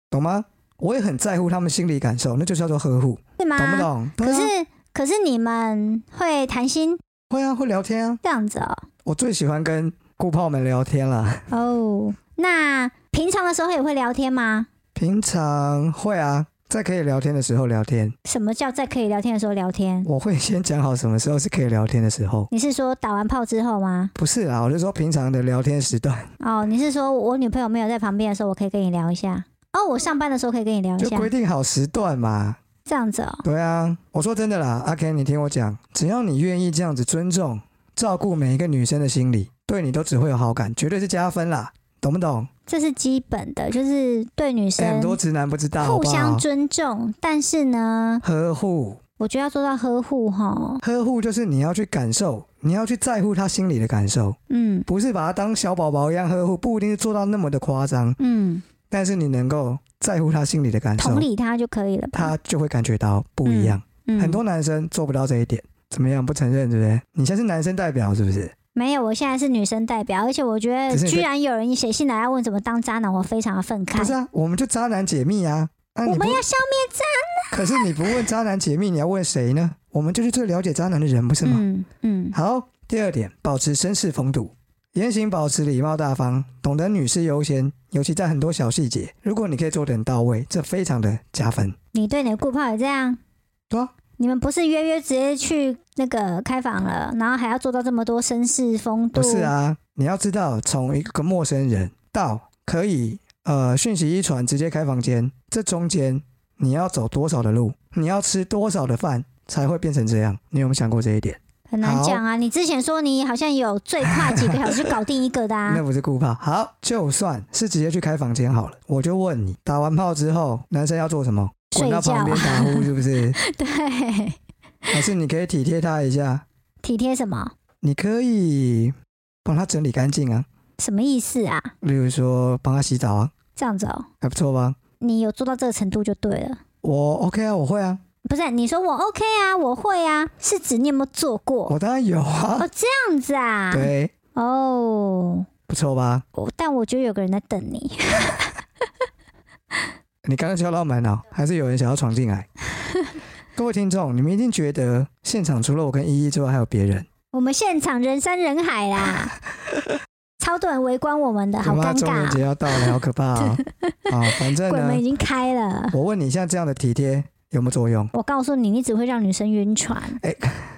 [SPEAKER 1] 懂吗？我也很在乎她们心理感受，那就叫做呵护，
[SPEAKER 2] 是吗？
[SPEAKER 1] 懂不懂？
[SPEAKER 2] 可
[SPEAKER 1] 对啊
[SPEAKER 2] 是可是你们会谈心
[SPEAKER 1] 会啊，会聊天啊，
[SPEAKER 2] 这样子哦？
[SPEAKER 1] 我最喜欢跟顾炮们聊天啦。
[SPEAKER 2] 哦，那平常的时候也会聊天吗？
[SPEAKER 1] 平常会啊，在可以聊天的时候聊天，
[SPEAKER 2] 什么叫在可以聊天的时候聊天？
[SPEAKER 1] 我会先讲好什么时候是可以聊天的时候。
[SPEAKER 2] 你是说打完炮之后吗？
[SPEAKER 1] 不是啊，我就说平常的聊天时段，
[SPEAKER 2] 哦，你是说我女朋友没有在旁边的时候，我可以跟你聊一下？哦，我上班的时候可以跟你聊一
[SPEAKER 1] 就
[SPEAKER 2] 下，
[SPEAKER 1] 规定好时段嘛。
[SPEAKER 2] 这样子哦。
[SPEAKER 1] 对啊，我说真的啦，阿 Ken，你听我讲，只要你愿意这样子尊重、照顾每一个女生的心理，对你都只会有好感，绝对是加分啦，懂不懂？
[SPEAKER 2] 这是基本的，就是对女
[SPEAKER 1] 哎
[SPEAKER 2] 生
[SPEAKER 1] 很多直男不知道，好
[SPEAKER 2] 互
[SPEAKER 1] 不
[SPEAKER 2] 相
[SPEAKER 1] 好？
[SPEAKER 2] 尊重，但是呢，
[SPEAKER 1] 呵护，
[SPEAKER 2] 我觉得要做到呵护哈。
[SPEAKER 1] 呵护就是你要去感受，你要去在乎她心里的感受，
[SPEAKER 2] 嗯
[SPEAKER 1] 不是把她当小宝宝一样呵护，不一定是做到那么的夸张，
[SPEAKER 2] 嗯，
[SPEAKER 1] 但是你能够在乎她心里的感受
[SPEAKER 2] 同，理他就可以了吧？
[SPEAKER 1] 她就会感觉到不一样。
[SPEAKER 2] 嗯
[SPEAKER 1] 很多男生做不到这一点，怎么样？不承认，对不对？你现在是男生代表，是不是？
[SPEAKER 2] 没有，我现在是女生代表，而且我觉得
[SPEAKER 1] 只是你
[SPEAKER 2] 居然有人写信来要问怎么当渣男，我非常的愤
[SPEAKER 1] 不是
[SPEAKER 2] 慨。
[SPEAKER 1] 啊，我们就渣男解密啊。那
[SPEAKER 2] 我
[SPEAKER 1] 你不
[SPEAKER 2] 们要消
[SPEAKER 1] 可是你不问渣男解密，你要问谁呢？我们就是最了解渣男的人，不是
[SPEAKER 2] 灭，
[SPEAKER 1] 吗？
[SPEAKER 2] 嗯嗯
[SPEAKER 1] 好，第二点，保持绅士风度，言行保持礼貌大方，懂得女士优先，尤其在很多小细节，如果你可以做得很到位，这非常的加分。
[SPEAKER 2] 你对你的顾炮也这样？
[SPEAKER 1] 对啊，
[SPEAKER 2] 你们不是约约直接去那个开房了，然后还要做到这么多绅士风度？
[SPEAKER 1] 不是，啊，你要知道，从一个陌生人到可以呃讯息一传直接开房间，这中间你要走多少的路，你要吃多少的饭，才会变成这样？你有没有想过这一点？
[SPEAKER 2] 很难讲啊。你之前说你好像有最快几个小时搞定一个的啊
[SPEAKER 1] 那，不是顾炮。好，就算是直接去开房间好了，我就问你，打完炮之后，男生要做什么？滚到
[SPEAKER 2] 睡觉
[SPEAKER 1] 旁边打呼是不
[SPEAKER 2] [laughs]
[SPEAKER 1] 是？
[SPEAKER 2] 对，
[SPEAKER 1] 还是你可以体贴他一下？
[SPEAKER 2] 体贴什么？
[SPEAKER 1] 你可以帮他整理干净啊，
[SPEAKER 2] 什么意思啊？
[SPEAKER 1] 例如说帮他洗澡啊，
[SPEAKER 2] 这样子哦，
[SPEAKER 1] 还不错吧？
[SPEAKER 2] 你有做到这个程度就对了。
[SPEAKER 1] 我 OK 啊，我会啊，
[SPEAKER 2] 不是你说我 OK 啊，我会啊，是指你有没有做过？
[SPEAKER 1] 我当然有啊，
[SPEAKER 2] 哦，这样子啊，
[SPEAKER 1] 对，
[SPEAKER 2] 哦，
[SPEAKER 1] 不错吧？
[SPEAKER 2] 我但我觉得有个人在等你，
[SPEAKER 1] 你刚刚敲到门了，还是有人想要闯进
[SPEAKER 2] [laughs]
[SPEAKER 1] 来？各位听众，你们一定觉得现场除了我跟依依之外还有别人，
[SPEAKER 2] 我们现场人山人海
[SPEAKER 1] [laughs]
[SPEAKER 2] 啦，超多人围观我们的，
[SPEAKER 1] 他
[SPEAKER 2] 好
[SPEAKER 1] 妈
[SPEAKER 2] 尴
[SPEAKER 1] 中元
[SPEAKER 2] 尬，
[SPEAKER 1] 节要到了，好可怕啊！啊，反正
[SPEAKER 2] 鬼
[SPEAKER 1] 呢
[SPEAKER 2] 门，已经开 [laughs] 了。
[SPEAKER 1] 我问你，像这样的体贴有没有作用？
[SPEAKER 2] 我告诉你，你只会让女生晕船，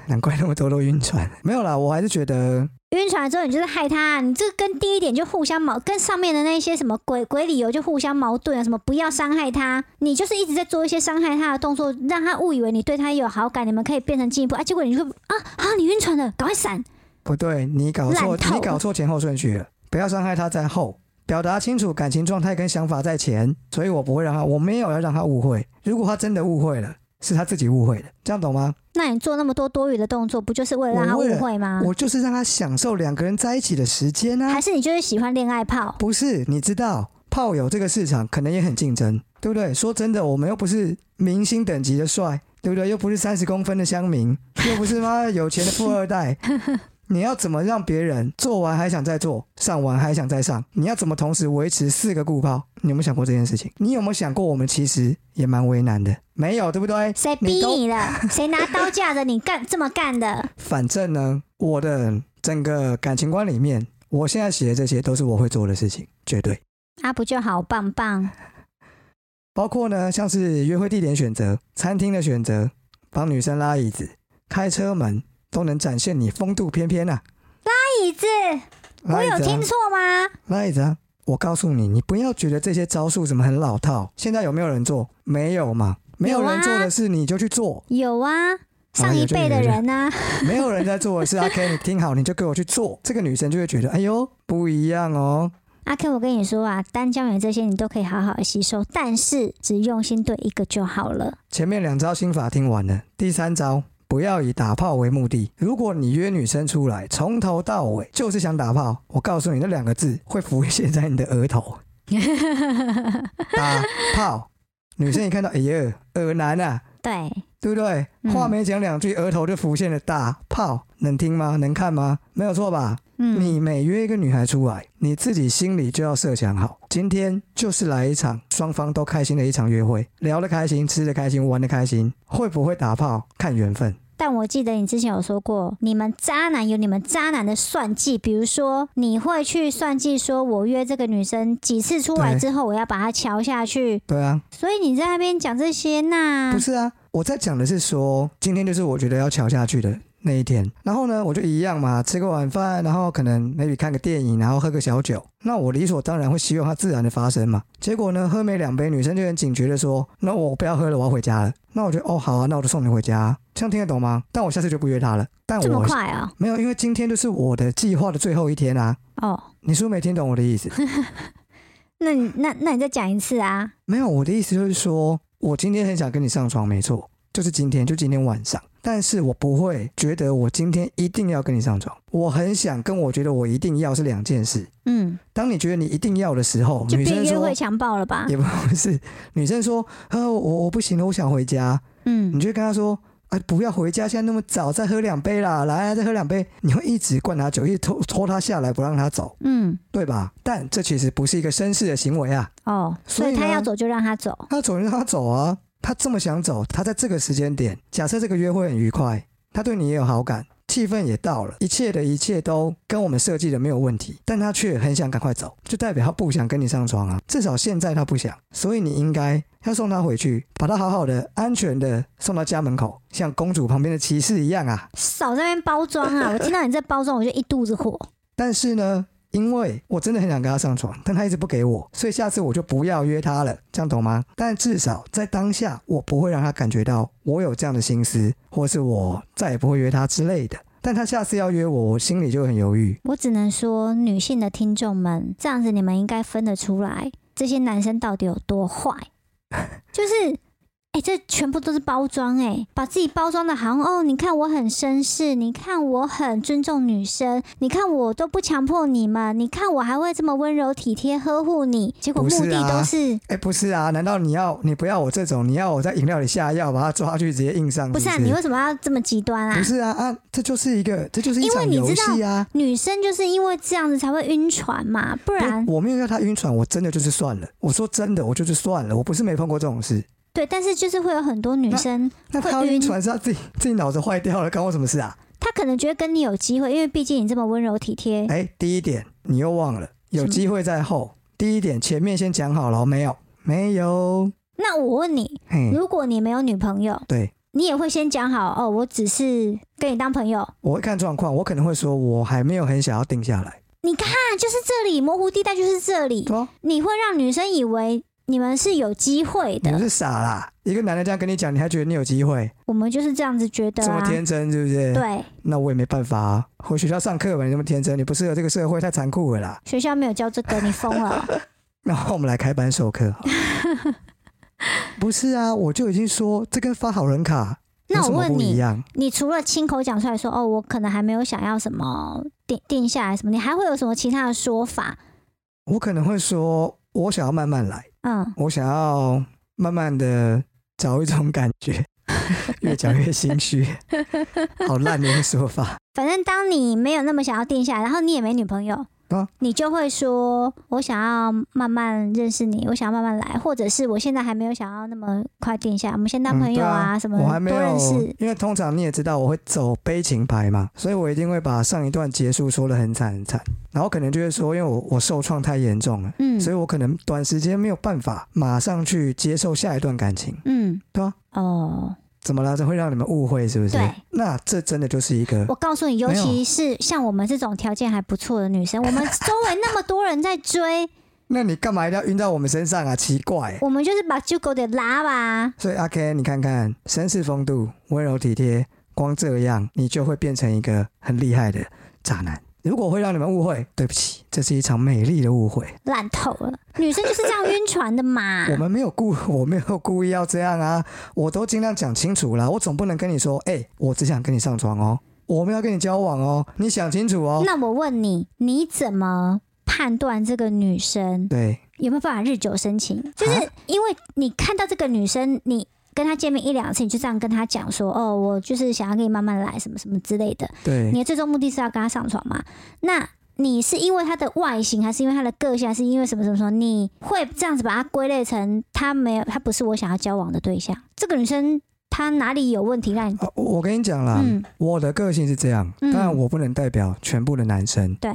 [SPEAKER 1] 难怪那么多都晕船。没有啦，我还是觉得
[SPEAKER 2] 晕船之后你就是害她，你这跟第一点就互相矛，跟上面的那些什么鬼鬼理由就互相矛盾啊，什么不要伤害她，你就是一直在做一些伤害她的动作，让她误以为你对她有好感，你们可以变成进一步啊，结果你就啊啊你晕船了，赶快闪，
[SPEAKER 1] 不对，你搞错，
[SPEAKER 2] 烂透
[SPEAKER 1] 你搞错前后顺序了。不要伤害他在后，表达清楚感情状态跟想法在前，所以我不会让他，我没有要让他误会。如果他真的误会了，是他自己误会的，这样懂吗？
[SPEAKER 2] 那你做那么多多余的动作，不就是为了让他
[SPEAKER 1] 我为了
[SPEAKER 2] 误会吗？
[SPEAKER 1] 我就是让他享受两个人在一起的时间啊
[SPEAKER 2] 还，是你就是喜欢恋爱炮？
[SPEAKER 1] 不是？你知道炮友这个市场可能也很竞争，对不对？说真的，我们又不是明星等级的帅，对不对？又不是三十公分的乡民， [laughs] 又不是妈有钱的富二代。你要怎么让别人做完还想再做，上完还想再上？你要怎么同时维持四个顾炮？你有没有想过这件事情？你有没有想过我们其实也蛮为难的？没有，对不对？
[SPEAKER 2] 谁逼
[SPEAKER 1] 你都
[SPEAKER 2] 你了？ [laughs] 谁拿刀架着你干这么干的？
[SPEAKER 1] 反正呢，我的整个感情观里面，我现在写的这些都是我会做的事情，绝对。
[SPEAKER 2] 啊，不就好棒棒？
[SPEAKER 1] 包括呢，像是约会地点选择、餐厅的选择、帮女生拉椅子、开车门，都能展现你风度翩翩呐、啊
[SPEAKER 2] 椅子，
[SPEAKER 1] 拉
[SPEAKER 2] 我
[SPEAKER 1] 椅
[SPEAKER 2] 有
[SPEAKER 1] 子啊
[SPEAKER 2] 听，错吗？
[SPEAKER 1] 拉椅子啊！我告诉你，你不要觉得这些招数怎么很老套。现在有没有人做？没有嘛，没有
[SPEAKER 2] 有啊
[SPEAKER 1] 人做的事你就去做，
[SPEAKER 2] 有啊，上一
[SPEAKER 1] 有就
[SPEAKER 2] 辈的
[SPEAKER 1] 有
[SPEAKER 2] 人啊，
[SPEAKER 1] 没有人在做的事。阿 K，你听好，你就给我去做。这个女生就会觉得，哎呦，不一样哦。
[SPEAKER 2] 阿 Ken，我跟你说啊，单胶原这些你都可以好好地吸收，但是只用心对一个就好了。
[SPEAKER 1] 前面两招心法听完了，第三招不要以打炮为目的。如果你约女生出来，从头到尾就是想打炮，我告诉你，那两个字会浮现在你的额头。打炮，女生一看到，哎呀，耳男啊，
[SPEAKER 2] 对，
[SPEAKER 1] 对不对？
[SPEAKER 2] 嗯
[SPEAKER 1] 话没讲两句，额头就浮现了大炮，能听吗？能看吗？没有错吧？
[SPEAKER 2] 嗯，
[SPEAKER 1] 你每约一个女孩出来，你自己心里就要设想好，今天就是来一场双方都开心的一场约会，聊得开心，吃得开心，玩得开心，会不会打炮看缘分。
[SPEAKER 2] 但我记得你之前有说过，你们渣男有你们渣男的算计，比如说你会去算计，说我约这个女生几次出来
[SPEAKER 1] 对
[SPEAKER 2] 之后，我要把她瞧下去。
[SPEAKER 1] 对啊，
[SPEAKER 2] 所以你在那边讲这些，那
[SPEAKER 1] 不是啊，我在讲的是说，今天就是我觉得要瞧下去的那一天。然后呢，我就一样嘛，吃个晚饭，然后可能 maybe 看个电影，然后喝个小酒。那我理所当然会希望它自然的发生嘛。结果呢，喝没两杯，女生就很警觉的说：“那我不要喝了，我要回家了。”那我就哦好啊，那我就送你回家、啊，这样听得懂吗？但我下次就不约她了。但
[SPEAKER 2] 这么
[SPEAKER 1] 我
[SPEAKER 2] 快啊、
[SPEAKER 1] 没有，因为今天就是我的计划的最后一天啊。
[SPEAKER 2] 哦，
[SPEAKER 1] 你是不是没听懂我的意思？
[SPEAKER 2] 那你那那你再讲一次啊？
[SPEAKER 1] 没有，我的意思就是说，我今天很想跟你上床，没错，就是今天，就今天晚上。但是我不会觉得我今天一定要跟你上床，我很想跟我觉得我一定要是两件事。
[SPEAKER 2] 嗯，
[SPEAKER 1] 当你觉得你一定要的时候，
[SPEAKER 2] 就
[SPEAKER 1] 女
[SPEAKER 2] 变
[SPEAKER 1] 生
[SPEAKER 2] 约
[SPEAKER 1] 说
[SPEAKER 2] 会啊强暴了吧？
[SPEAKER 1] 也不是，女生说，呃，我我不行了，我想回家，你
[SPEAKER 2] 嗯，
[SPEAKER 1] 就跟她说。啊，不要回家，现在那么早，再喝两杯啦！来，啊再喝两杯。你会一直灌她酒，一直拖拖她下来，不让她走，
[SPEAKER 2] 嗯，
[SPEAKER 1] 对吧？但这其实不是一个绅士的行为啊。
[SPEAKER 2] 哦，所
[SPEAKER 1] 所以
[SPEAKER 2] 以他
[SPEAKER 1] 呢
[SPEAKER 2] 要走就让他走。
[SPEAKER 1] 他走就让他走啊，他这么想走，他在这个时间点，假设这个约会很愉快，他对你也有好感，气氛也到了，一切的一切都跟我们设计的没有问题，但他却很想赶快走，就代表他不想跟你上床啊，至少现在他不想，所以你应该要送他回去，把他好好的、安全的送到家门口，像公主旁边的骑士一样啊。
[SPEAKER 2] 少在那边包装
[SPEAKER 1] [laughs]
[SPEAKER 2] 啊！我听到你在包装，我就一肚子火。
[SPEAKER 1] 但是呢，因为我真的很想跟他上床，但他一直不给我，所以下次我就不要约他了，这样懂吗？但至少在当下，我不会让他感觉到我有这样的心思，或是我再也不会约他之类的。但他下次要约我，我心里就很犹豫。
[SPEAKER 2] 我只能说，女性的听众们，这样子你们应该分得出来，这些男生到底有
[SPEAKER 1] [laughs]
[SPEAKER 2] 多坏。就是，哎、这全部都是包装，哎，把自己包装的好像哦，你看我很绅士，你看我很尊重女生，你看我都不强迫你们，你看我还会这么温柔体贴呵护你，结果
[SPEAKER 1] 不是
[SPEAKER 2] 目的
[SPEAKER 1] 啊
[SPEAKER 2] 都是。
[SPEAKER 1] 哎，不是啊？难道你要你不要我这种？你要我在饮料里下药，把他抓去直接硬上？
[SPEAKER 2] 不是啊，你为什么要这么极端啊？
[SPEAKER 1] 不是啊啊！这就是一个，这就是一
[SPEAKER 2] 因为
[SPEAKER 1] 场
[SPEAKER 2] 你
[SPEAKER 1] 游
[SPEAKER 2] 知道
[SPEAKER 1] 戏啊！
[SPEAKER 2] 女生就是因为这样子才会晕船嘛，不然
[SPEAKER 1] 啊不我没有要他晕船，我真的就是算了。我说真的，我就是算了，我不是没碰过这种事。
[SPEAKER 2] 对，但是就是会有很多女
[SPEAKER 1] 那
[SPEAKER 2] 生，
[SPEAKER 1] 那他
[SPEAKER 2] 会
[SPEAKER 1] 要晕
[SPEAKER 2] 晕
[SPEAKER 1] 船是他自己自己脑子坏掉了，关我什么事啊？
[SPEAKER 2] 她可能觉得跟你有机会，因为毕竟你这么温柔体贴。
[SPEAKER 1] 哎、第一点你又忘了，有
[SPEAKER 2] 什么
[SPEAKER 1] 机会在后。第一点前面先讲好了，没有没有，
[SPEAKER 2] 那我问你，
[SPEAKER 1] 嘿，
[SPEAKER 2] 如果你没有女朋友，
[SPEAKER 1] 对
[SPEAKER 2] 你也会先讲好哦，我只是跟你当朋友。
[SPEAKER 1] 我会看状况，我可能会说我还没有很想要定下来，
[SPEAKER 2] 你看，就是这里模糊地带，就是这里，
[SPEAKER 1] 对啊
[SPEAKER 2] 你会让女生以为你们是有机会
[SPEAKER 1] 你
[SPEAKER 2] 的。
[SPEAKER 1] 是傻啦，一个男的这样跟你讲，你还觉得你有机会，
[SPEAKER 2] 我们就是这样子觉得
[SPEAKER 1] 这么
[SPEAKER 2] 啊。
[SPEAKER 1] 天真是不是？
[SPEAKER 2] 对，
[SPEAKER 1] 那我也没办法啊，回学校上课吧，你那么天真，你不适合这个社会，太残酷了啦。
[SPEAKER 2] 学校没有教这个，你疯了。
[SPEAKER 1] [laughs] 然后我们来开班授
[SPEAKER 2] [laughs]
[SPEAKER 1] 课好了，不是啊，我就已经说这跟发好人卡有
[SPEAKER 2] 那
[SPEAKER 1] 什
[SPEAKER 2] 我
[SPEAKER 1] 么
[SPEAKER 2] 问
[SPEAKER 1] 不一
[SPEAKER 2] 你，
[SPEAKER 1] 样？
[SPEAKER 2] 你除了亲口讲出来说哦，我可能还没有想要什么定定下来什么，你还会有什么其他的说法？
[SPEAKER 1] 我可能会说，我想要慢慢来，
[SPEAKER 2] 嗯，
[SPEAKER 1] 我想要慢慢的找一种感
[SPEAKER 2] [laughs]
[SPEAKER 1] 觉，越讲越心虚，好烂的一个说法。
[SPEAKER 2] 反正当你没有那么想要定下来，然后你也没女朋友，
[SPEAKER 1] 啊
[SPEAKER 2] 你就会说我想要慢慢认识你，我想要慢慢来，或者是我现在还没有想要那么快定下来，我们先当
[SPEAKER 1] 嗯
[SPEAKER 2] 朋友
[SPEAKER 1] 对
[SPEAKER 2] 啊，
[SPEAKER 1] 啊
[SPEAKER 2] 什么
[SPEAKER 1] 我还没
[SPEAKER 2] 多
[SPEAKER 1] 有
[SPEAKER 2] 认识，，
[SPEAKER 1] 因为通常你也知道我会走悲情牌嘛，所以我一定会把上一段结束说的很惨很惨，然后可能就会说，因为我我受创太严重了，
[SPEAKER 2] 嗯
[SPEAKER 1] 所以我可能短时间没有办法马上去接受下一段感情。
[SPEAKER 2] 嗯，
[SPEAKER 1] 对啊
[SPEAKER 2] 哦，
[SPEAKER 1] 怎么了？这会让你们误会是不是
[SPEAKER 2] 对？
[SPEAKER 1] 那这真的就是一个
[SPEAKER 2] 我告诉你，尤
[SPEAKER 1] 没有
[SPEAKER 2] 其是像我们这种条件还不错的女生，我们周围那么多人在追，
[SPEAKER 1] 那你干嘛一定要晕到我们身上啊？奇怪、
[SPEAKER 2] 我们就是把旧狗给拉吧。
[SPEAKER 1] 所以阿 Ken，你看看，绅士风度、温柔体贴，光这样你就会变成一个很厉害的渣男。如果会让你们误会，对不起，这是一场美丽的误会。。
[SPEAKER 2] 烂透了，女生就是这样晕船的嘛
[SPEAKER 1] 我们没有故， [laughs] 我没有故意要这样啊，我都尽量讲清楚了。我总不能跟你说，哎、我只想跟你上床哦，我们要跟你交往哦，你想清楚哦。
[SPEAKER 2] 那我问你，你怎么判断这个女生
[SPEAKER 1] 对，
[SPEAKER 2] 有没有办法日久生情？
[SPEAKER 1] 啊
[SPEAKER 2] 就是因为你看到这个女生，你跟她见面一两次，你就这样跟她讲说，哦，我就是想要跟你慢慢来，什么什么之类的。
[SPEAKER 1] 对，
[SPEAKER 2] 你的最终目的是要跟她上床嘛？那你是因为她的外形，还是因为她的个性，还是因为什么什么什么？你会这样子把她归类成她没有，她不是我想要交往的对象。这个女生她哪里有问题让你？
[SPEAKER 1] 啊我我跟你讲啦，
[SPEAKER 2] 嗯，
[SPEAKER 1] 我的个性是这样，
[SPEAKER 2] 嗯
[SPEAKER 1] 当然我不能代表全部的男生，
[SPEAKER 2] 对，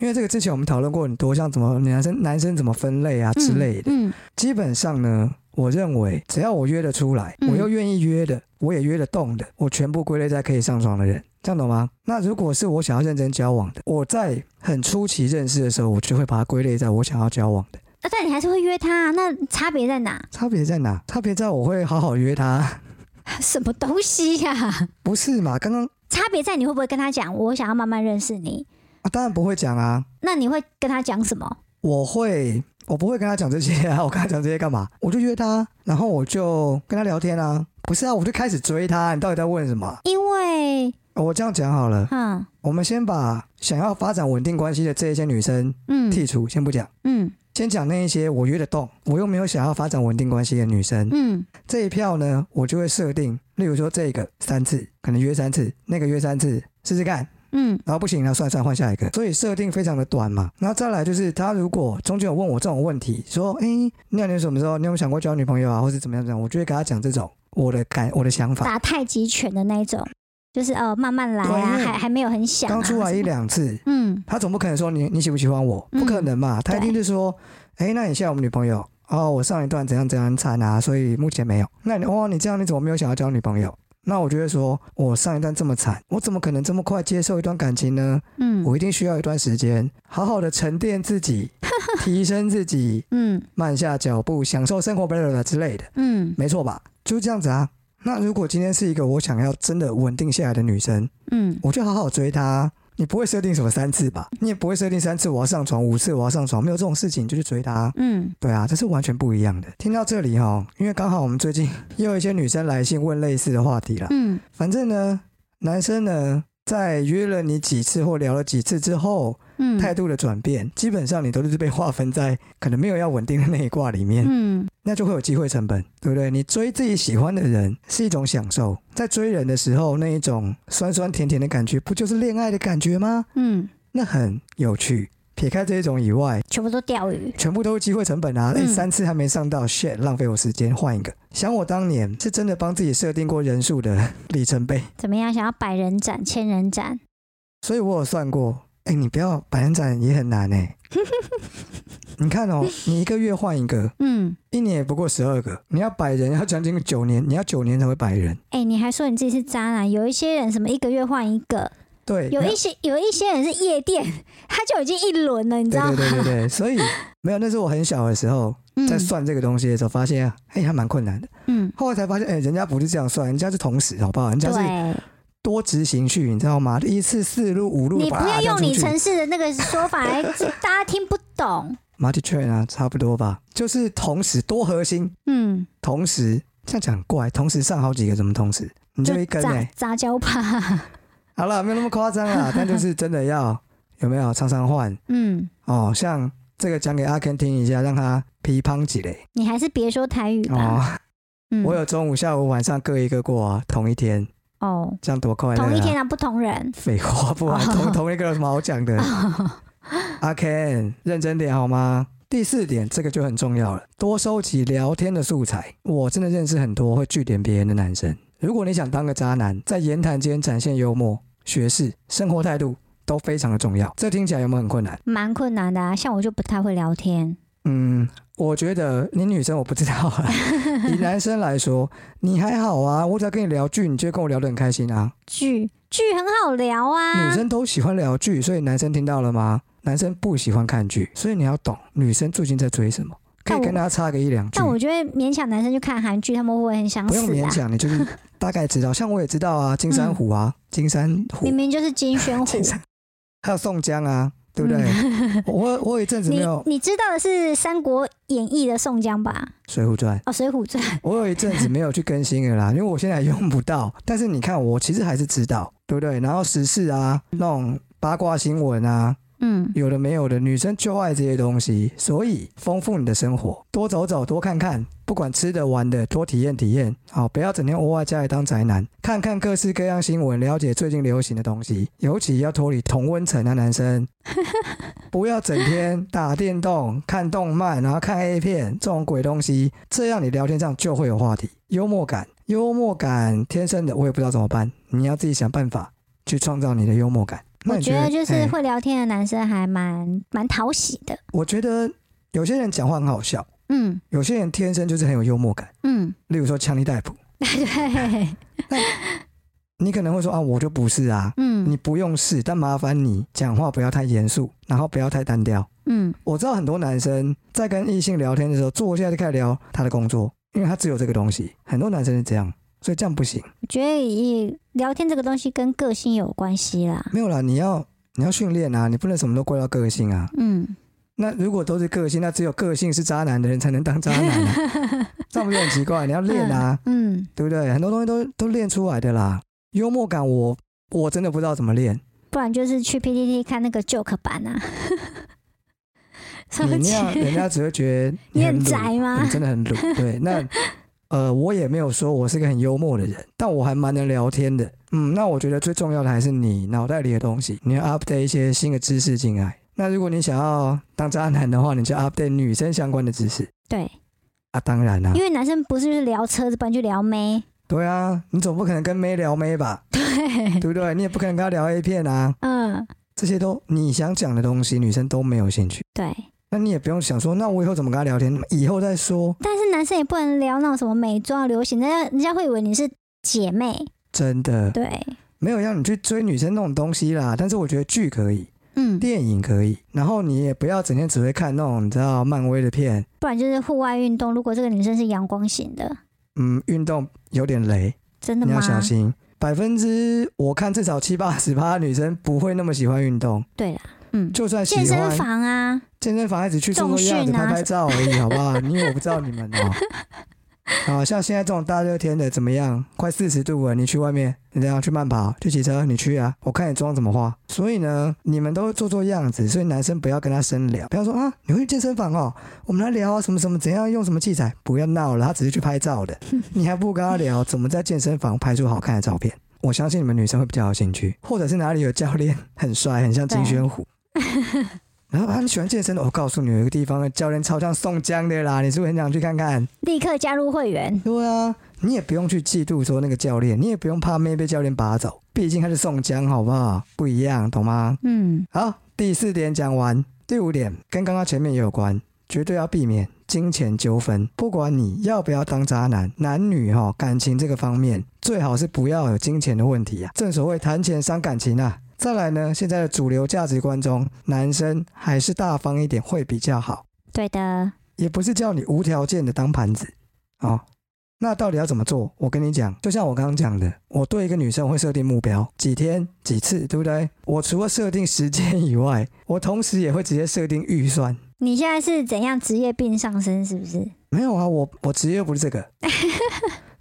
[SPEAKER 1] 因为这个之前我们讨论过很多，像怎么男生男生怎么分类啊之类的。
[SPEAKER 2] 嗯，嗯
[SPEAKER 1] 基本上呢，我认为只要我约得出来，
[SPEAKER 2] 嗯
[SPEAKER 1] 我又愿意约的，我也约得动的，我全部归类在可以上床的人，这样懂吗？那如果是我想要认真交往的，我在很初期认识的时候，我就会把它归类在我想要交往的。
[SPEAKER 2] 啊但你还是会约他、那差别在哪？
[SPEAKER 1] 差别在哪？差别在我会好好约他， [laughs]
[SPEAKER 2] 什么东西呀、
[SPEAKER 1] 不是嘛？刚刚
[SPEAKER 2] 差别在你会不会跟他讲，我想要慢慢认识你？
[SPEAKER 1] 啊，当然不会讲啊，
[SPEAKER 2] 那你会跟他讲什么？
[SPEAKER 1] 我会，我不会跟他讲这些啊，我 [laughs] 跟他讲这些干嘛？我就约他，然后我就跟他聊天啊。不是啊，我就开始追他，你到底在问什么啊？
[SPEAKER 2] 因为，
[SPEAKER 1] 我这样讲好了，
[SPEAKER 2] 嗯
[SPEAKER 1] 我们先把想要发展稳定关系的这一些女生
[SPEAKER 2] 嗯
[SPEAKER 1] 剔除，先不讲，
[SPEAKER 2] 嗯
[SPEAKER 1] 先讲那一些我约得动，我又没有想要发展稳定关系的女生。
[SPEAKER 2] 嗯
[SPEAKER 1] 这一票呢，我就会设定，例如说这个三次，可能约三次，那个约三次，试试看。
[SPEAKER 2] 嗯
[SPEAKER 1] 然后不行，然后算算换下一个，所以设定非常的短嘛。然后再来就是，他如果中间有问我这种问题，说，诶，那你什么时候你有没有想过交女朋友啊，或者怎么样怎么样，我就会给他讲这种我的感我的想法。
[SPEAKER 2] 打太极拳的那一种，就是哦，慢慢来
[SPEAKER 1] 对因
[SPEAKER 2] 啊，
[SPEAKER 1] 为
[SPEAKER 2] 还还没有很想、啊。
[SPEAKER 1] 刚出来一
[SPEAKER 2] 什么，
[SPEAKER 1] 两次，
[SPEAKER 2] 嗯
[SPEAKER 1] 他总不可能说你你喜不喜欢我，
[SPEAKER 2] 嗯
[SPEAKER 1] 不可能嘛，他一定是说，诶，那你现在我们女朋友哦，我上一段怎样怎样很惨啊，所以目前没有。那你哦，你这样你怎么没有想要交女朋友？那我就会说，我上一段这么惨，我怎么可能这么快接受一段感情呢？
[SPEAKER 2] 嗯
[SPEAKER 1] 我一定需要一段时间，好好的沉淀自
[SPEAKER 2] [laughs]
[SPEAKER 1] 己，提升自己，
[SPEAKER 2] 嗯
[SPEAKER 1] 慢下脚步，享受生活，巴拉巴拉之类的，
[SPEAKER 2] 嗯
[SPEAKER 1] 没错吧？就这样子啊。那如果今天是一个我想要真的稳定下来的女生，
[SPEAKER 2] 嗯
[SPEAKER 1] 我就好好追她。啊你不会设定什么三次吧？你也不会设定三次我要上床，五次我要上床，没有这种事情，你就去追她。
[SPEAKER 2] 嗯
[SPEAKER 1] 对啊，这是完全不一样的。听到这里哈、因为刚好我们最近也有一些女生来信问类似的话题啦。
[SPEAKER 2] 嗯
[SPEAKER 1] 反正呢，男生呢在约了你几次或聊了几次之后，
[SPEAKER 2] 嗯，
[SPEAKER 1] 态度的转变，基本上你都是被划分在可能没有要稳定的那一卦里面，
[SPEAKER 2] 嗯
[SPEAKER 1] 那就会有机会成本，对不对？你追自己喜欢的人是一种享受，在追人的时候那一种酸酸甜甜的感觉，不就是恋爱的感觉吗？
[SPEAKER 2] 嗯，
[SPEAKER 1] 那很有趣。撇开这一种以外，
[SPEAKER 2] 全部都钓鱼。
[SPEAKER 1] 全部都是机会成本啊！哎、
[SPEAKER 2] 嗯
[SPEAKER 1] 三次还没上到，shit，浪费我时间，换一个。想我当年是真的帮自己设定过人数的里程碑，
[SPEAKER 2] 怎么样？想要百人斩、千人斩？
[SPEAKER 1] 所以我有算过，哎、你不要百人斩也很难哎、
[SPEAKER 2] [laughs]
[SPEAKER 1] 你看哦，你一个月换一个，
[SPEAKER 2] 嗯，
[SPEAKER 1] 一年也不过十二个，你要百人要将近九年，你要九年才会百人。
[SPEAKER 2] 哎、你还说你自己是渣男？有一些人什么一个月换一个，
[SPEAKER 1] 对，
[SPEAKER 2] 有
[SPEAKER 1] 那
[SPEAKER 2] 一些有一些人是夜店， [laughs] 他就已经一轮了，你知
[SPEAKER 1] 对
[SPEAKER 2] 道
[SPEAKER 1] 对
[SPEAKER 2] 吗？
[SPEAKER 1] 对对
[SPEAKER 2] [laughs]
[SPEAKER 1] 对，所以没有，那是我很小的时候在算这个东西的时候，发现啊，哎、还蛮困难的。
[SPEAKER 2] 嗯，
[SPEAKER 1] 后来才发现，哎、人家不是这样算，人家是同时，好不好？人
[SPEAKER 2] 嗯
[SPEAKER 1] 家是
[SPEAKER 2] 对，
[SPEAKER 1] 多执行序，你知道吗？一次四路五路，
[SPEAKER 2] 你不要用你
[SPEAKER 1] 成
[SPEAKER 2] 城市的那个说法来， [laughs] 大家听不懂。
[SPEAKER 1] multi-train 啊，差不多吧，就是同时多核心，
[SPEAKER 2] 嗯，
[SPEAKER 1] 同时这样讲很怪，同时上好几个，怎么同时？你就一根哎、
[SPEAKER 2] 杂杂交吧。 [laughs]
[SPEAKER 1] 好了，没有那么夸张啦，但就是真的要有没有常常换
[SPEAKER 2] 嗯，
[SPEAKER 1] 哦，像这个讲给阿 Ken 听一下，让他批判几嘞
[SPEAKER 2] 你还是别说台语吧。
[SPEAKER 1] 哦。
[SPEAKER 2] 嗯，
[SPEAKER 1] 我有中午、下午、晚上各一个过啊，同一天，
[SPEAKER 2] 哦，
[SPEAKER 1] 这样多快乐、啊！
[SPEAKER 2] 同一天啊，不同人。
[SPEAKER 1] 废话，不然同同一个有什么好讲的？阿 Ken，认真点好吗？第四点，这个就很重要了，多收集聊天的素材。我真的认识很多会据点别人的男生。如果你想当个渣男，在言谈间展现幽默、学识、生活态度都非常的重要。这听起来有没有很困难？
[SPEAKER 2] 蛮困难的啊，像我就不太会聊天。
[SPEAKER 1] 嗯，我觉得你女生我不知道啊，以男生来说，你还好啊，我只要跟你聊剧，你就会跟我聊得很开心啊。
[SPEAKER 2] 剧剧很好聊啊，
[SPEAKER 1] 女生都喜欢聊剧，所以男生听到了吗？男生不喜欢看剧，所以你要懂女生最近在追什么，可
[SPEAKER 2] 但
[SPEAKER 1] 以
[SPEAKER 2] 我
[SPEAKER 1] 跟她插个一两句
[SPEAKER 2] 但。我觉得勉强男生去看韩剧，他们会不会很想
[SPEAKER 1] 不用
[SPEAKER 2] 死
[SPEAKER 1] 勉
[SPEAKER 2] 啊？
[SPEAKER 1] 强，你就是大概知道。像我也知道啊，金山虎啊，金山虎
[SPEAKER 2] 明，明就是金宣
[SPEAKER 1] [laughs]
[SPEAKER 2] 虎
[SPEAKER 1] 金，山，还有宋江啊，对不对？ [laughs] 我我有一阵子没
[SPEAKER 2] 你
[SPEAKER 1] 有《
[SPEAKER 2] 嗯你知道的是《三国演义》的宋江吧？
[SPEAKER 1] 水浒传》，
[SPEAKER 2] 哦，《水浒传》
[SPEAKER 1] 我有一阵子没有去更新了啦，因为我现在用不到。但是你看，我其实还是知道，对不对？然后时事啊，那种八卦新闻啊，
[SPEAKER 2] 嗯，
[SPEAKER 1] 有的没有的，女生就爱这些东西，所以丰富你的生活，多走走，多看看，不管吃的玩的，多体验体验。好，不要整天窝在家里当宅男，看看各式各样新闻，了解最近流行的东西，尤其要脱离同温层啊，男
[SPEAKER 2] [laughs]
[SPEAKER 1] 生。不要整天打电动、看动漫，然后看 A 片这种鬼东西，这样你聊天上就会有话题。幽默感，幽默感天生的，我也不知道怎么办，你要自己想办法去创造你的幽默感。那
[SPEAKER 2] 我
[SPEAKER 1] 你
[SPEAKER 2] 觉
[SPEAKER 1] 觉
[SPEAKER 2] 得就是
[SPEAKER 1] 哎
[SPEAKER 2] 会聊天的男生还蛮蛮讨喜的，
[SPEAKER 1] 我觉得有些人讲话很好笑，
[SPEAKER 2] 嗯
[SPEAKER 1] 有些人天生就是很有幽默感。
[SPEAKER 2] 嗯，
[SPEAKER 1] 例如说强尼戴普，
[SPEAKER 2] [laughs] 对，
[SPEAKER 1] 你可能会说啊，我就不是啊，
[SPEAKER 2] 嗯
[SPEAKER 1] 你不用是，但麻烦你讲话不要太严肃，然后不要太单调。
[SPEAKER 2] 嗯，
[SPEAKER 1] 我知道很多男生在跟异性聊天的时候，坐下就开始聊他的工作，因为他只有这个东西。很多男生是这样，所以这样不行。
[SPEAKER 2] 我觉得也聊天这个东西跟个性有关系啦，
[SPEAKER 1] 没有啦，你要你要训练啊，你不能什么都怪到个性啊。
[SPEAKER 2] 嗯，
[SPEAKER 1] 那如果都是个性，那只有个性是渣男的人才能当渣男、啊，这样不是很奇怪？你要练啊。
[SPEAKER 2] 嗯，
[SPEAKER 1] 对不对？很多东西都都练出来的啦。幽默感我我真的不知道怎么练，
[SPEAKER 2] 不然就是去 PTT 看那个 joke 版
[SPEAKER 1] [laughs]
[SPEAKER 2] 啊，什
[SPEAKER 1] 你
[SPEAKER 2] 么
[SPEAKER 1] 那样人
[SPEAKER 2] 鬼
[SPEAKER 1] 家只会觉得
[SPEAKER 2] [laughs] 你
[SPEAKER 1] 很
[SPEAKER 2] 很
[SPEAKER 1] 鲁
[SPEAKER 2] 宅吗
[SPEAKER 1] 你？真的很鲁。对，那呃，我也没有说我是个很幽默的人，但我还蛮能聊天的。嗯，那我觉得最重要的还是你脑袋里的东西，你要 update 一些新的知识进来。那如果你想要当渣男的话，你就 update 女生相关的知识
[SPEAKER 2] 对，
[SPEAKER 1] 啊。当然啦、
[SPEAKER 2] 因为男生不是就是聊车子，不然就聊妹，
[SPEAKER 1] 对啊，你总不可能跟妹聊妹吧，
[SPEAKER 2] [laughs] 对，
[SPEAKER 1] 对不对？你也不可能跟她聊 A 片啊，
[SPEAKER 2] 嗯，
[SPEAKER 1] 这些都你想讲的东西，女生都没有兴趣。
[SPEAKER 2] 对。
[SPEAKER 1] 那你也不用想说，那我以后怎么跟他聊天，以后再说。
[SPEAKER 2] 但是男生也不能聊那种什么美妆啊流行，人家人家会以为你是姐妹。
[SPEAKER 1] 真的
[SPEAKER 2] 对，
[SPEAKER 1] 没有让你去追女生那种东西啦。但是我觉得剧可以，
[SPEAKER 2] 嗯，
[SPEAKER 1] 电影可以，然后你也不要整天只会看那种你知道漫威的片，
[SPEAKER 2] 不然就是户外运动。如果这个女生是阳光型的，
[SPEAKER 1] 嗯，运动有点雷，
[SPEAKER 2] 真的
[SPEAKER 1] 你要？
[SPEAKER 2] 吗
[SPEAKER 1] 小心。百分之我看至少七八十趴女生不会那么喜欢运动，
[SPEAKER 2] 对啦，嗯，
[SPEAKER 1] 就算喜
[SPEAKER 2] 健身
[SPEAKER 1] 欢
[SPEAKER 2] 房啊，
[SPEAKER 1] 健身房还只去做做样子
[SPEAKER 2] 重训啊
[SPEAKER 1] 拍拍照而已，好不好？你以为我不知道你们
[SPEAKER 2] [laughs]
[SPEAKER 1] 哦、啊，像现在这种大热天的，怎么样？快四十度了，你去外面，你这样去慢跑，去骑车，你去啊！我看你妆怎么化。所以呢，你们都做做样子，所以男生不要跟他深聊，不要说啊，你会去健身房哦，我们来聊啊，什么什么，怎样用什么器材，不要闹了，他只是去拍照的，你还不如跟他聊怎么在健身房拍出好看的照片。我相信你们女生会比较有兴趣，或者是哪里有教练很帅，很像金宣虎， [laughs] 然后啊，你喜欢健身的？我告诉你，有一个地方的教练超像宋江的啦，你是不是很想去看看？
[SPEAKER 2] 立刻加入会员。
[SPEAKER 1] 对啊，你也不用去嫉妒说那个教练，你也不用怕妹被教练拔走，毕竟他是宋江，好不好？不一样，懂吗？
[SPEAKER 2] 嗯，
[SPEAKER 1] 好，第四点讲完，第五点跟刚刚前面也有关，绝对要避免金钱纠纷。不管你要不要当渣男，男女哈、感情这个方面，最好是不要有金钱的问题啊。正所谓谈钱伤感情啊。再来呢，现在的主流价值观中，男生还是大方一点会比较好，
[SPEAKER 2] 对的，
[SPEAKER 1] 也不是叫你无条件的当盘子哦。那到底要怎么做？我跟你讲，就像我刚刚讲的，我对一个女生会设定目标，几天几次，对不对？我除了设定时间以外，我同时也会直接设定预算。
[SPEAKER 2] 你现在是怎样职业病上升？是不是？
[SPEAKER 1] 没有啊，我我职业不是这个，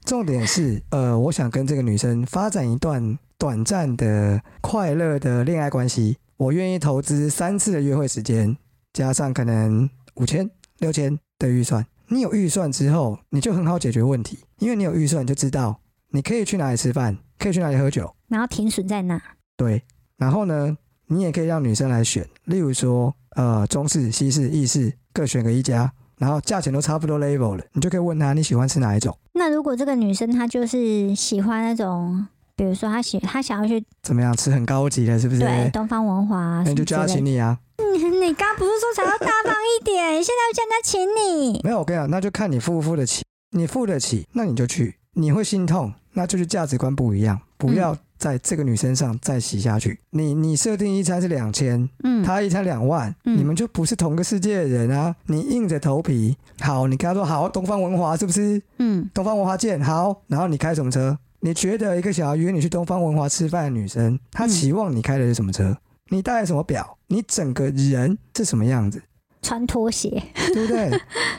[SPEAKER 1] 重点是，呃，我想跟这个女生发展一段短暂的快乐的恋爱关系，我愿意投资三次的约会时间，加上可能五千、六千的预算。你有预算之后，你就很好解决问题，因为你有预算，你就知道你可以去哪里吃饭，可以去哪里喝酒，
[SPEAKER 2] 然后停损在哪？
[SPEAKER 1] 对，然后呢，你也可以让女生来选，例如说，呃，中式、西式、意式各选个一家，然后价钱都差不多 level 了，你就可以问她你喜欢吃哪一种，
[SPEAKER 2] 那如果这个女生她就是喜欢那种，比如说她喜她想要去
[SPEAKER 1] 怎么样，吃很高级的，是不是？
[SPEAKER 2] 对东方文华、啊，
[SPEAKER 1] 那你
[SPEAKER 2] 什么
[SPEAKER 1] 就
[SPEAKER 2] 之
[SPEAKER 1] 叫她
[SPEAKER 2] 类的
[SPEAKER 1] 请你啊。
[SPEAKER 2] [laughs] 你刚不是说想要大方一点，
[SPEAKER 1] [laughs]
[SPEAKER 2] 现在又叫人家请你？
[SPEAKER 1] 没有，我跟你讲，那就看你付不付得起，你付得起，那你就去，你会心痛，那就是价值观不一样，
[SPEAKER 2] 嗯
[SPEAKER 1] 不要在这个女生上再洗下去。你你设定一餐是两千，
[SPEAKER 2] 嗯，
[SPEAKER 1] 她一餐两万，
[SPEAKER 2] 嗯
[SPEAKER 1] 你们就不是同个世界的人啊！你硬着头皮，好，你跟她说好，东方文华是不是？
[SPEAKER 2] 嗯
[SPEAKER 1] 东方文华见，好，然后你开什么车？你觉得一个想要约你去东方文华吃饭的女生，她
[SPEAKER 2] 嗯
[SPEAKER 1] 期望你开的是什么车？你戴的什么表？你整个人是什么样
[SPEAKER 2] [laughs]
[SPEAKER 1] 子？
[SPEAKER 2] 穿拖鞋，
[SPEAKER 1] 对不对？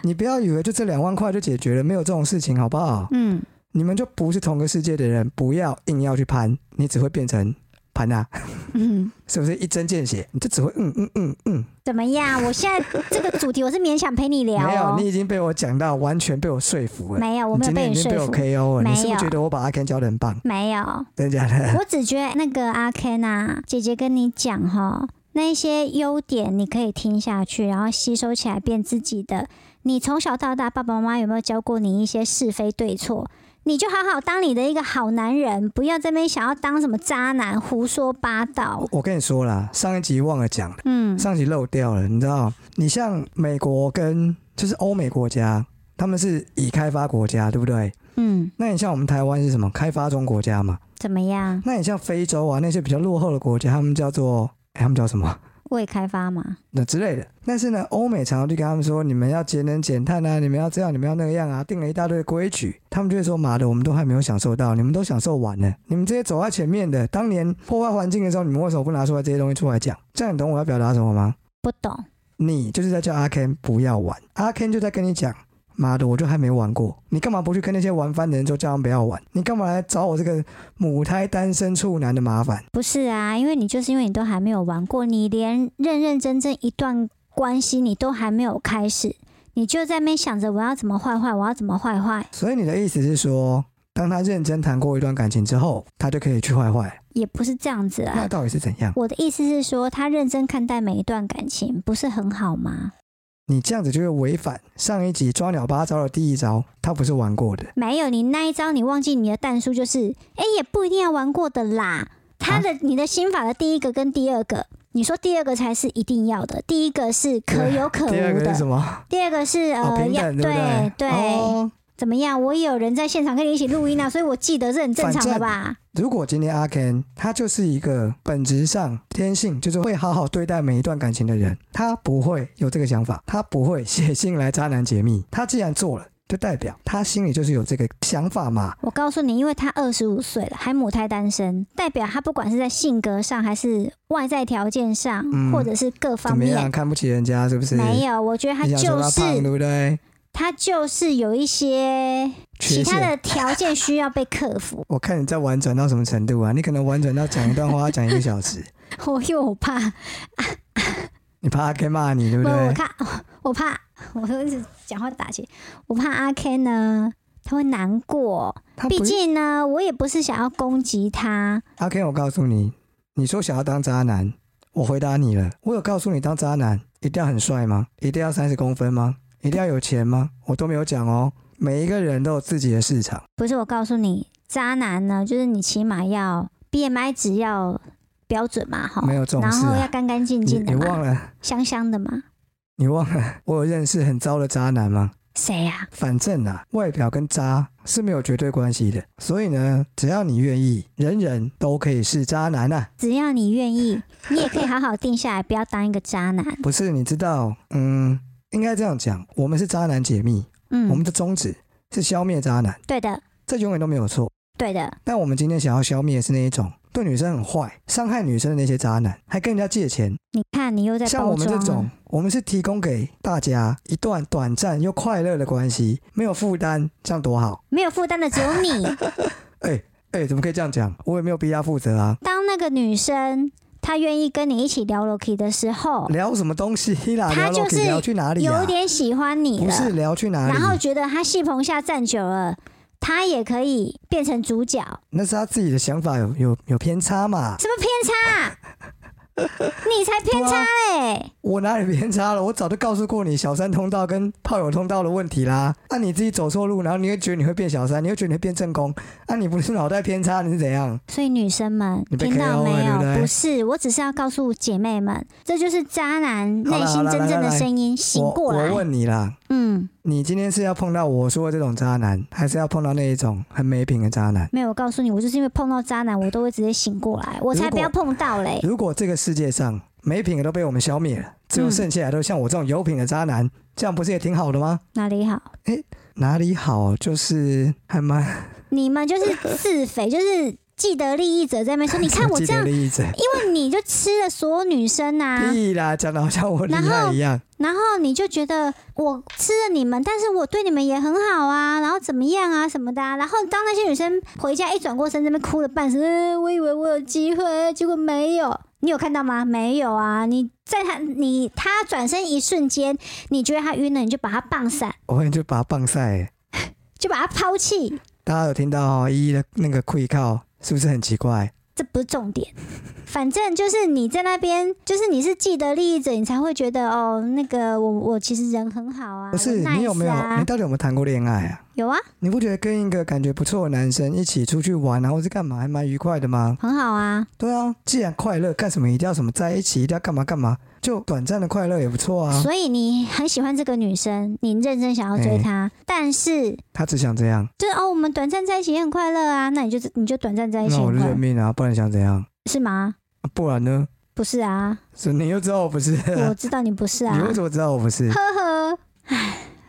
[SPEAKER 1] 你不要以为就这两万块就解决了，没有这种事情，好不好？
[SPEAKER 2] 嗯，
[SPEAKER 1] 你们就不是同个世界的人，不要硬要去攀，你只会变成潘娜，
[SPEAKER 2] 嗯，
[SPEAKER 1] [laughs] 是不是一针见血？你就只会嗯嗯嗯嗯，
[SPEAKER 2] 怎么样？我现在这个主题我是勉强陪你聊
[SPEAKER 1] 没有，
[SPEAKER 2] 哦，
[SPEAKER 1] 你已经被我讲到完全被我说服了。
[SPEAKER 2] 没有，我
[SPEAKER 1] 你
[SPEAKER 2] 没有
[SPEAKER 1] 今
[SPEAKER 2] 被
[SPEAKER 1] 天已经
[SPEAKER 2] 你说
[SPEAKER 1] 被我
[SPEAKER 2] 服，
[SPEAKER 1] KO 了，
[SPEAKER 2] 没
[SPEAKER 1] 你是不
[SPEAKER 2] 有
[SPEAKER 1] 是觉得我呃把阿 Ken 教的很棒？
[SPEAKER 2] 没有，
[SPEAKER 1] 真的假的？
[SPEAKER 2] 我只觉得那个阿 Ken 啊，姐姐跟你讲哈，那一些优点你可以听下去，然后吸收起来变自己的。你从小到大，爸爸妈妈有没有教过你一些是非对错？你就好好当你的一个好男人，不要这边想要当什么渣男，胡说八道
[SPEAKER 1] 哦我。我跟你说啦，上一集忘了讲了，
[SPEAKER 2] 嗯
[SPEAKER 1] 上集漏掉了，你知道？你像美国跟就是欧美国家，他们是已开发国家，对不对？
[SPEAKER 2] 嗯，
[SPEAKER 1] 那你像我们台湾是什么开发中国家嘛？
[SPEAKER 2] 怎么样？
[SPEAKER 1] 那你像非洲啊那些比较落后的国家，他们叫做、哎，他们叫什么？
[SPEAKER 2] 未开发嘛？
[SPEAKER 1] 那之类的。但是呢，欧美常常就跟他们说，你们要节能减碳啊，你们要这样，你们要那样啊，定了一大堆的规矩。他们就会说，妈的，我们都还没有享受到，你们都享受完了。你们这些走在前面的，当年破坏环境的时候，你们为什么不拿出来这些东西出来讲？这样你懂我要表达什么吗？
[SPEAKER 2] 不懂。
[SPEAKER 1] 你就是在叫阿 Ken 不要玩，阿 Ken 就在跟你讲。妈的，我就还没玩过，你干嘛不去跟那些玩翻的人说叫他们不要玩？你干嘛来找我这个母胎单身处男的麻烦？
[SPEAKER 2] 不是啊，因为你就是因为你都还没有玩过，你连认认真真一段关系你都还没有开始，你就在那边想着我要怎么坏坏，我要怎么坏坏，
[SPEAKER 1] 所以你的意思是说，当他认真谈过一段感情之后，他就可以去坏坏？
[SPEAKER 2] 也不是这样子
[SPEAKER 1] 那
[SPEAKER 2] 啊。
[SPEAKER 1] 到底是怎样？
[SPEAKER 2] 我的意思是说，他认真看待每一段感情，不是很好吗？
[SPEAKER 1] 你这样子就会违反上一集抓鸟八招的第一招，他不是玩过的。
[SPEAKER 2] 没有，你那一招你忘记你的弹书就是，哎，也不一定要玩过的啦。他
[SPEAKER 1] 啊
[SPEAKER 2] 的、你的心法的第一个跟第二个，你说第二个才是一定要的，第一个是可有可无
[SPEAKER 1] 啊第二个是
[SPEAKER 2] 的，
[SPEAKER 1] 什么？
[SPEAKER 2] 第二个是
[SPEAKER 1] 哦，
[SPEAKER 2] 呃
[SPEAKER 1] 平
[SPEAKER 2] 要
[SPEAKER 1] 等，对不对？
[SPEAKER 2] 对。
[SPEAKER 1] 哦，
[SPEAKER 2] 怎么样？我也有人在现场跟你一起录音啊，所以我记得是很正常的吧？
[SPEAKER 1] 如果今天阿 Ken 他就是一个本质上天性就是会好好对待每一段感情的人，他不会 [laughs] 有这个想法，他不会写信来渣男解密。他既然做了，就代表他心里就是有这个想法嘛。
[SPEAKER 2] 我告诉你，因为他二十五岁了，还母胎单
[SPEAKER 1] 嗯
[SPEAKER 2] 身，代表他不管是在性格上，还是外在条件上，
[SPEAKER 1] 嗯
[SPEAKER 2] 或者是各
[SPEAKER 1] 怎
[SPEAKER 2] 方
[SPEAKER 1] 么样？
[SPEAKER 2] 面，
[SPEAKER 1] 看不起人家是不是？
[SPEAKER 2] 没有。我觉得他
[SPEAKER 1] 你想说
[SPEAKER 2] 就
[SPEAKER 1] 他胖，
[SPEAKER 2] 是
[SPEAKER 1] 对不对？
[SPEAKER 2] 他就是有一些
[SPEAKER 1] 缺
[SPEAKER 2] 其
[SPEAKER 1] 陷
[SPEAKER 2] 他的条件需要被克服。 [laughs]
[SPEAKER 1] 我看你在婉转到什么程度啊？你可能婉转到讲一段话要讲一个小
[SPEAKER 2] [laughs]
[SPEAKER 1] 时，
[SPEAKER 2] 我因为我怕，
[SPEAKER 1] 你怕阿 K 骂你，对不
[SPEAKER 2] 不，我
[SPEAKER 1] 对？
[SPEAKER 2] 看，我怕，我一直讲话打结，我怕阿 Ken 呢，他会难过。
[SPEAKER 1] 他
[SPEAKER 2] 毕
[SPEAKER 1] 不是
[SPEAKER 2] 竟呢，我也不是想要攻击他，
[SPEAKER 1] 阿 K，我告诉你，你说想要当渣男，我回答你了。我有告诉你，当渣男一定要很帅吗？一定要三十公分吗？一定要有钱吗？我都没有讲哦。每一个人都有自己的市场，
[SPEAKER 2] 不是我告诉你，渣男呢，就是你起码要 BMI 值要标准嘛，哈，
[SPEAKER 1] 没有这种
[SPEAKER 2] 然
[SPEAKER 1] 事
[SPEAKER 2] 后
[SPEAKER 1] 啊
[SPEAKER 2] 要干干净
[SPEAKER 1] 你
[SPEAKER 2] 净
[SPEAKER 1] 你
[SPEAKER 2] 的嘛，
[SPEAKER 1] 忘了？
[SPEAKER 2] 香香的嘛。
[SPEAKER 1] 你忘了？我有认识很糟的渣男吗？
[SPEAKER 2] 谁呀、
[SPEAKER 1] 反正啊，外表跟渣是没有绝对关系的。所以呢，只要你愿意，人人都可以是渣男啊。
[SPEAKER 2] 只要你愿意，你也可以好好定下来，不要当一个渣男。
[SPEAKER 1] 不是，你知道，嗯，应该这样讲，我们是渣男解密，我们
[SPEAKER 2] 嗯，
[SPEAKER 1] 的宗旨是消灭渣男，
[SPEAKER 2] 对的，
[SPEAKER 1] 这永远都没有错。
[SPEAKER 2] 对的，
[SPEAKER 1] 但我们今天想要消灭的是那一种对女生很坏、伤害女生的那些渣男，还跟人家借钱。
[SPEAKER 2] 你看你又在
[SPEAKER 1] 像
[SPEAKER 2] 包
[SPEAKER 1] 我们这
[SPEAKER 2] 装啊
[SPEAKER 1] 种
[SPEAKER 2] 了，，
[SPEAKER 1] 我们是提供给大家一段短暂又快乐的关系，没有负担，这样多好。
[SPEAKER 2] 没有负担的只有你。
[SPEAKER 1] 哎、怎么可以这样讲？我也没有逼他负责啊。
[SPEAKER 2] 当那个女生她愿意跟你一起聊 Loki 的时候，
[SPEAKER 1] 聊什么东西啦？
[SPEAKER 2] 哦 [laughs] 他
[SPEAKER 1] 聊
[SPEAKER 2] 就是
[SPEAKER 1] Loki 聊去哪里啊
[SPEAKER 2] 有？点喜欢你
[SPEAKER 1] 不是
[SPEAKER 2] 了，
[SPEAKER 1] 聊去哪
[SPEAKER 2] 然后
[SPEAKER 1] 里？
[SPEAKER 2] 觉得她戏棚下站久了，她也可以变成主角。
[SPEAKER 1] 那是他自己的想法有有有偏差
[SPEAKER 2] [laughs]
[SPEAKER 1] 嘛？
[SPEAKER 2] 什么偏差、你才偏差嘞、
[SPEAKER 1] 我哪里偏差了？我早就告诉过你小三通道跟炮友通道的问题啦。啊，你自己走错路，然后你会觉得你会变小三，你会觉得你会变正宫。啊，你不是脑袋偏差，你是怎样？
[SPEAKER 2] 所以女生们
[SPEAKER 1] 你被
[SPEAKER 2] 听
[SPEAKER 1] KO
[SPEAKER 2] 到
[SPEAKER 1] 了
[SPEAKER 2] 没有？
[SPEAKER 1] 对不对
[SPEAKER 2] 是，我只是要告诉姐妹们，这就是渣男
[SPEAKER 1] 好啦
[SPEAKER 2] 内心真正的声音，醒
[SPEAKER 1] 我
[SPEAKER 2] 过来。
[SPEAKER 1] 我问你啦，
[SPEAKER 2] 嗯，
[SPEAKER 1] 你今天是要碰到我说的这种渣男，还是要碰到那一种很没品的渣男？
[SPEAKER 2] 没有，我告诉你，我就是因为碰到渣男，我都会直接醒过来，我才
[SPEAKER 1] 如
[SPEAKER 2] 不
[SPEAKER 1] 果
[SPEAKER 2] 要碰到嘞。
[SPEAKER 1] 如果这个世界上没品的都被我们消灭了，只有
[SPEAKER 2] 嗯
[SPEAKER 1] 剩下来都像我这种有品的渣男，这样不是也挺好的吗？
[SPEAKER 2] 哪里好？
[SPEAKER 1] 哪里好就是还蛮
[SPEAKER 2] 你们就是自肥，就是既得利益者在那边说，你看我
[SPEAKER 1] 既
[SPEAKER 2] 这
[SPEAKER 1] 得
[SPEAKER 2] 样，
[SPEAKER 1] 利益者，
[SPEAKER 2] 因为你就吃了所有女生啊呐、
[SPEAKER 1] 屁啦，讲的好像我厉
[SPEAKER 2] 然
[SPEAKER 1] 害
[SPEAKER 2] 后
[SPEAKER 1] 一样。
[SPEAKER 2] 然后你就觉得我吃了你们，但是我对你们也很好啊，然后怎么样啊什么的、啊。然后当那些女生回家一转过身，这边哭了半死、呃我以为我有机会，结果没有。你有看到吗？没有啊！你在他你他转身一瞬间，你觉得他晕了，你就把他棒散，
[SPEAKER 1] 我跟你就把他棒晒欸，
[SPEAKER 2] 就把他抛弃，
[SPEAKER 1] 大家有听到哦，依依的那个跪靠是不是很奇怪？
[SPEAKER 2] 这不是重点。反正就是你在那边，就是你是既得利益者，你才会觉得哦，那个我我其实人很好啊，
[SPEAKER 1] 不是
[SPEAKER 2] 我 nice
[SPEAKER 1] 你有没有？你
[SPEAKER 2] 啊？
[SPEAKER 1] 到底有没有谈过恋爱啊？
[SPEAKER 2] 有啊，
[SPEAKER 1] 你不觉得跟一个感觉不错的男生一起出去玩啊，或是干嘛，还蛮愉快的吗？
[SPEAKER 2] 很好啊。
[SPEAKER 1] 对啊，既然快乐，干什么一定要什么在一起，一定要干嘛干嘛，就短暂的快乐也不错啊。
[SPEAKER 2] 所以你很喜欢这个女生，你认真想要追她，
[SPEAKER 1] 哎
[SPEAKER 2] 但是
[SPEAKER 1] 他只想这样，
[SPEAKER 2] 就是哦，我们短暂在一起也很快乐啊，那你就你就短暂在一起
[SPEAKER 1] 那我
[SPEAKER 2] 很
[SPEAKER 1] 就
[SPEAKER 2] 快
[SPEAKER 1] 认
[SPEAKER 2] 乐，
[SPEAKER 1] 命啊，不然想怎样？
[SPEAKER 2] 是吗？
[SPEAKER 1] 啊不然呢？
[SPEAKER 2] 不是啊，
[SPEAKER 1] 是你又知道我不是，
[SPEAKER 2] 我知道你不是
[SPEAKER 1] [laughs]
[SPEAKER 2] 啊
[SPEAKER 1] 你，为什么知道我不是？
[SPEAKER 2] 呵呵，唉，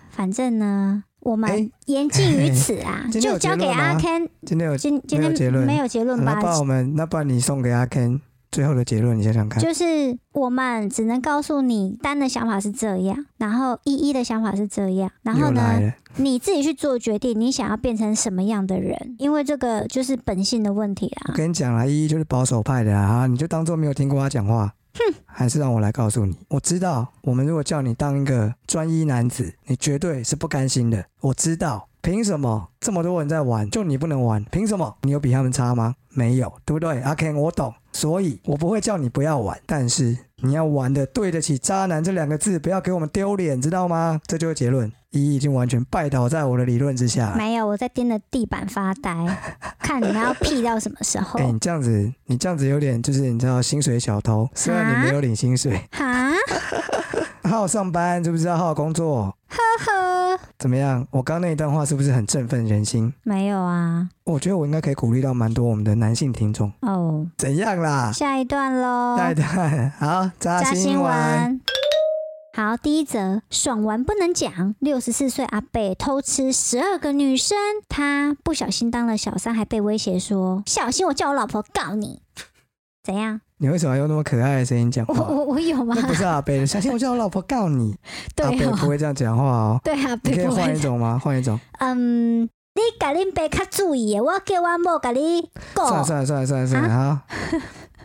[SPEAKER 2] 反正呢，我们
[SPEAKER 1] 哎
[SPEAKER 2] 言尽于此啊，
[SPEAKER 1] [laughs] 今天
[SPEAKER 2] 就
[SPEAKER 1] 有
[SPEAKER 2] 交
[SPEAKER 1] 结
[SPEAKER 2] 给
[SPEAKER 1] 论吗
[SPEAKER 2] 阿 Ken，
[SPEAKER 1] 今天有，
[SPEAKER 2] 今今
[SPEAKER 1] 没有结
[SPEAKER 2] 天
[SPEAKER 1] 论
[SPEAKER 2] 没有结论
[SPEAKER 1] 那
[SPEAKER 2] 吧
[SPEAKER 1] 不？然我们，那不然你送给阿 Ken 最后的结论，你想想看。
[SPEAKER 2] 就是我们只能告诉你，丹的想法是这样，然后依依的想法是这样，然后
[SPEAKER 1] 又
[SPEAKER 2] 呢
[SPEAKER 1] 来，了，
[SPEAKER 2] 你自己去做决定，你想要变成什么样的人，因为这个就是本性的问题啊
[SPEAKER 1] 我
[SPEAKER 2] 啦。
[SPEAKER 1] 跟你讲啦，依依就是保守派的啊，你就当做没有听过他讲话。哼，还是让我来告诉你，我知道，我们如果叫你当一个专一男子，你绝对是不甘心的。我知道，凭什么这么多人在玩，就你不能玩？凭什么？你有比他们差吗？没有，对不对？阿 Ken，我懂，所以我不会叫你不要玩，但是你要玩的对得起“渣男”这两个字，不要给我们丢脸，知道吗？这就是结论。依依已经完全拜倒在我的理论之下了。
[SPEAKER 2] 没有，我在盯着地板发 [laughs] 呆，看你们要屁到什么时候
[SPEAKER 1] 哎、你这样子，你这样子有点就是你知道薪水小偷，虽然
[SPEAKER 2] 啊
[SPEAKER 1] 你没有领薪水，
[SPEAKER 2] [laughs] 哈
[SPEAKER 1] 好好上班，知不知道？好好工作，
[SPEAKER 2] 呵，
[SPEAKER 1] 怎么样？我刚那一段话是不是很振奋人心？
[SPEAKER 2] 没有啊。
[SPEAKER 1] 我觉得我应该可以鼓励到蛮多我们的男性听众。
[SPEAKER 2] 哦，
[SPEAKER 1] 怎样啦？
[SPEAKER 2] 下一段喽，
[SPEAKER 1] 大蛋，好，扎
[SPEAKER 2] 加
[SPEAKER 1] 新
[SPEAKER 2] 哦新
[SPEAKER 1] 闻。
[SPEAKER 2] 闻。好，第一则，爽完不能讲。六十四岁阿贝偷吃十二个女生，他不小心当了小三，还被威胁说：“小心我叫我老婆告你。”怎样？
[SPEAKER 1] 你为什么用那么可爱的声音讲
[SPEAKER 2] 我
[SPEAKER 1] 话？
[SPEAKER 2] 我我有吗 [laughs]
[SPEAKER 1] 那？不是阿北的，小心我叫我老婆告你。
[SPEAKER 2] 对
[SPEAKER 1] 阿北
[SPEAKER 2] 哦
[SPEAKER 1] 不会这样讲话哦。
[SPEAKER 2] [laughs] 对啊，
[SPEAKER 1] 你
[SPEAKER 2] 被
[SPEAKER 1] 可以
[SPEAKER 2] 不
[SPEAKER 1] 换
[SPEAKER 2] 会
[SPEAKER 1] 一。种吗？换一种。
[SPEAKER 2] 嗯，你甲恁爸较注意的，我叫我某甲你
[SPEAKER 1] 算了
[SPEAKER 2] 告
[SPEAKER 1] 算了算了算了算了，
[SPEAKER 2] 啊
[SPEAKER 1] 好。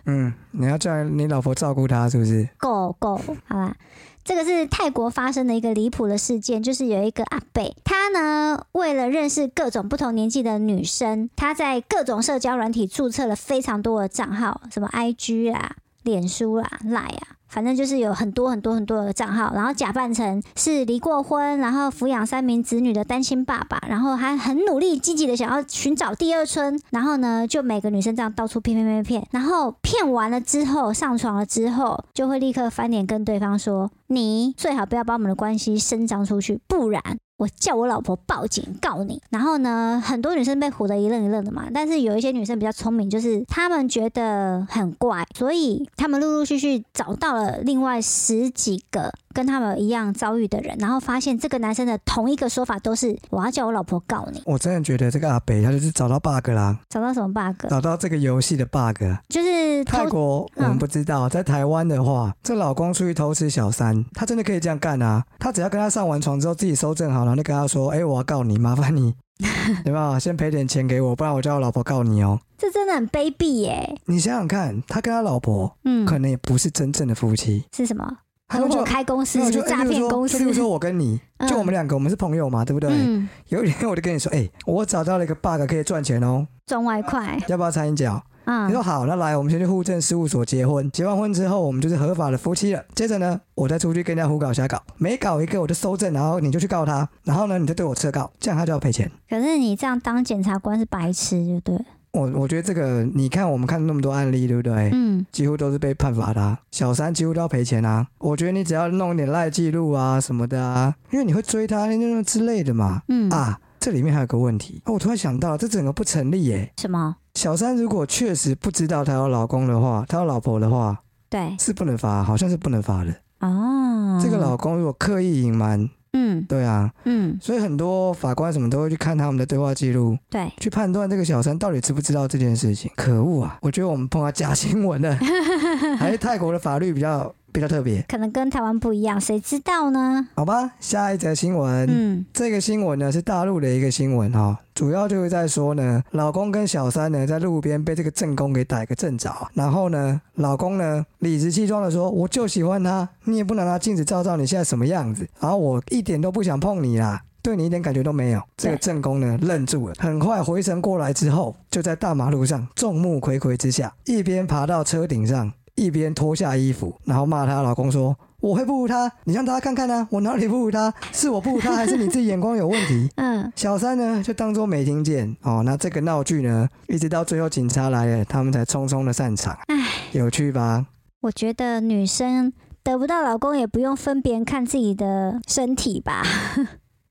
[SPEAKER 1] 嗯，你要叫你老婆照顾她，是不是？
[SPEAKER 2] 告告，好吧。这个是泰国发生的一个离谱的事件，就是有一个阿贝，他呢为了认识各种不同年纪的女生，他在各种社交软体注册了非常多的账号，什么啊 IG 啦、脸书啦、Line 啊，反正就是有很多很多很多的账号，然后假扮成是离过婚，然后抚养三名子女的单亲爸爸，然后还很努力积极的想要寻找第二春，然后呢，就每个女生这样到处骗骗骗骗，然后骗完了之后，上床了之后，就会立刻翻脸跟对方说，你最好不要把我们的关系伸张出去，不然。我叫我老婆报警告你，然后呢，很多女生被唬得一愣一愣的嘛，但是有一些女生比较聪明，就是她们觉得很怪，所以她们陆陆续续找到了另外十几个跟她们一样遭遇的人，然后发现这个男生的同一个说法都是我要叫我老婆告你，
[SPEAKER 1] 我真的觉得这个阿北他就是找到 bug 啦，
[SPEAKER 2] 找到什么 bug？
[SPEAKER 1] 找到这个游戏的 bug 啦。
[SPEAKER 2] 就是
[SPEAKER 1] 泰
[SPEAKER 2] 偷
[SPEAKER 1] 国我
[SPEAKER 2] 嗯
[SPEAKER 1] 们不知道，
[SPEAKER 2] [laughs]
[SPEAKER 1] 在台湾的话，这老公出去偷吃小三，他真的可以这样干啊！他只要跟他上完床之后，自己收正好，然后就跟他说：“哎、我要告你，麻烦
[SPEAKER 2] [laughs]
[SPEAKER 1] 你，有没有？先赔点钱给我，不然我叫我老婆告你哦。
[SPEAKER 2] 这真的很卑鄙耶、”
[SPEAKER 1] 你想想看，他跟他老婆
[SPEAKER 2] 嗯，
[SPEAKER 1] 可能也不是真正的夫妻，
[SPEAKER 2] 是什么？
[SPEAKER 1] 他
[SPEAKER 2] 合
[SPEAKER 1] 们
[SPEAKER 2] 伙
[SPEAKER 1] 就
[SPEAKER 2] 开公司
[SPEAKER 1] 没有
[SPEAKER 2] 是
[SPEAKER 1] 就
[SPEAKER 2] 不是诈
[SPEAKER 1] 哎例如
[SPEAKER 2] 骗
[SPEAKER 1] 说
[SPEAKER 2] 公司
[SPEAKER 1] 就？例如说我跟你，
[SPEAKER 2] [laughs] 嗯
[SPEAKER 1] 就我们两个，我们是朋友嘛，对不对？
[SPEAKER 2] 嗯，
[SPEAKER 1] 有一天我就跟你说：“哎、我找到了一个 bug 可以赚钱哦，
[SPEAKER 2] 赚外快
[SPEAKER 1] 要不要掺一脚？”
[SPEAKER 2] 啊
[SPEAKER 1] 你，说好，那来，我们先去户政事务所结婚，结完婚之后，我们就是合法的夫妻了。接着呢，我再出去跟人家胡搞瞎搞，每搞一个我就收证，然后你就去告他，然后呢，你就对我撤告，这样他就要赔钱。
[SPEAKER 2] 可是你这样当检察官是白痴，就对了。
[SPEAKER 1] 我我觉得这个，你看我们看那么多案例，对不对？
[SPEAKER 2] 嗯，
[SPEAKER 1] 几乎都是被判罚的、啊，小三几乎都要赔钱啊。我觉得你只要弄一点赖记录啊什么的啊，因为你会追他那那之类的嘛。
[SPEAKER 2] 嗯
[SPEAKER 1] 啊，这里面还有个问题，哦，我突然想到，这整个不成立耶。
[SPEAKER 2] 什么？
[SPEAKER 1] 小三如果确实不知道她有老公的话，她有老婆的话，
[SPEAKER 2] 对
[SPEAKER 1] 是不能罚，好像是不能罚的。
[SPEAKER 2] 哦，
[SPEAKER 1] 这个老公如果刻意隐瞒，
[SPEAKER 2] 嗯
[SPEAKER 1] 对啊，
[SPEAKER 2] 嗯，
[SPEAKER 1] 所以很多法官什么都会去看他们的对话记录，
[SPEAKER 2] 对，
[SPEAKER 1] 去判断这个小三到底知不知道这件事情。可恶啊！我觉得我们碰到假新闻了，还是泰国的法律比较比较特别，
[SPEAKER 2] 可能跟台湾不一样，谁知道呢？
[SPEAKER 1] 好吧？下一则新闻，
[SPEAKER 2] 嗯
[SPEAKER 1] 这个新闻呢是大陆的一个新闻哈、主要就是在说呢，老公跟小三呢在路边被这个正宫给逮个正着，然后呢，老公呢理直气壮的说，我就喜欢她，你也不拿拿镜子照照你现在什么样子，然后我一点都不想碰你啦。对你一点感觉都没有。这个正宫呢愣住了，很快回神过来之后，就在大马路上众目睽睽之下，一边爬到车顶上，一边脱下衣服，然后骂她老公说：“我会不如她，你让大家看看啊，我哪里不如她？是我不如她，还是你自己眼光有问题？” [laughs]
[SPEAKER 2] 嗯，
[SPEAKER 1] 小三呢就当做没听见哦。那这个闹剧呢，一直到最后警察来了，他们才匆匆的散场。
[SPEAKER 2] 唉，
[SPEAKER 1] 有趣吧？
[SPEAKER 2] 我觉得女生得不到老公，也不用分别人看自己的身体吧。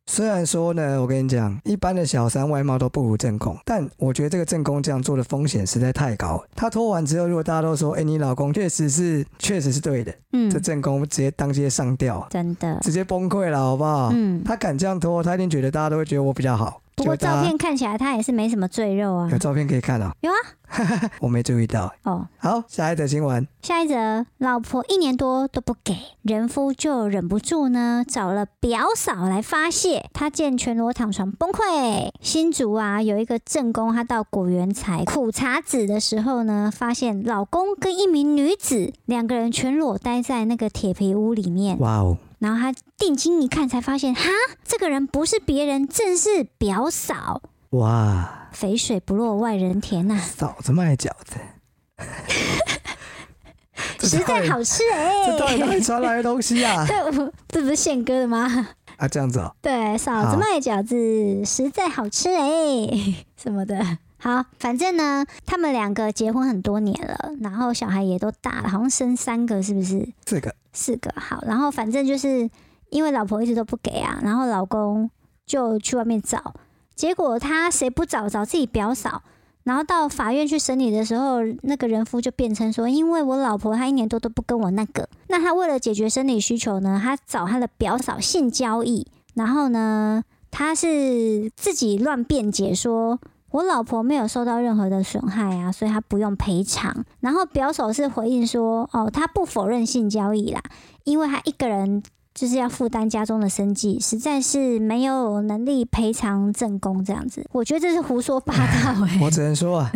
[SPEAKER 1] 虽然说呢，我跟你讲，一般的小三外貌都不如正宫，但我觉得这个正宫这样做的风险实在太高了。他拖完之后，如果大家都说，哎、你老公确实是确实是对的，
[SPEAKER 2] 嗯
[SPEAKER 1] 这，正宫直接当街上吊，
[SPEAKER 2] 真的，
[SPEAKER 1] 直接崩溃了，好不好？
[SPEAKER 2] 嗯。
[SPEAKER 1] 他敢这样拖，他一定觉得大家都会觉得我比较好。
[SPEAKER 2] 不过
[SPEAKER 1] 就大家
[SPEAKER 2] 照片看起来他也是没什么赘肉啊
[SPEAKER 1] 有。照片可以看啊、
[SPEAKER 2] 有
[SPEAKER 1] 啊，我没注意到。
[SPEAKER 2] 哦，
[SPEAKER 1] 好，下一则新闻。
[SPEAKER 2] 下一则，老婆一年多都不给，人夫就忍不住呢，找了表嫂来发泄。他见全裸躺床崩溃。新竹啊，有一个正宫，他到果园采苦茶籽的时候呢，发现老公跟一名女子两个人全裸待在那个铁皮屋里面。
[SPEAKER 1] 哇哦，
[SPEAKER 2] 然后他定睛一看，才发现哈，这个人不是别人，正是表嫂。
[SPEAKER 1] 哇，
[SPEAKER 2] 肥水不落外人田呐、
[SPEAKER 1] 嫂子卖饺子，这
[SPEAKER 2] 实
[SPEAKER 1] 到
[SPEAKER 2] 在
[SPEAKER 1] 底
[SPEAKER 2] 好吃哎、
[SPEAKER 1] 这到底哪里传来的东西啊？
[SPEAKER 2] [laughs] 对，我这不是宪哥的吗？
[SPEAKER 1] 啊，这样子哦，
[SPEAKER 2] 对，嫂
[SPEAKER 1] 好
[SPEAKER 2] 子卖饺子实在好吃哎、 [laughs] 什么的。好，反正呢，他们两个结婚很多年了，然后小孩也都大了，好像生三个是不是？
[SPEAKER 1] 这个
[SPEAKER 2] 四个。好，然后反正就是因为老婆一直都不给啊，然后老公就去外面找，结果他谁不找找自己表嫂。然后到法院去审理的时候，那个人夫就辩称说，因为我老婆她一年多都不跟我那个，那他为了解决生理需求呢，他找他的表嫂性交易，然后呢，他是自己乱辩解说，我老婆没有受到任何的损害啊，所以她不用赔偿。然后表嫂是回应说，哦，她不否认性交易啦，因为她一个人就是要负担家中的生计，实在是没有能力赔偿正宫这样子。我觉得这是胡说八道哎、
[SPEAKER 1] 我只能说啊，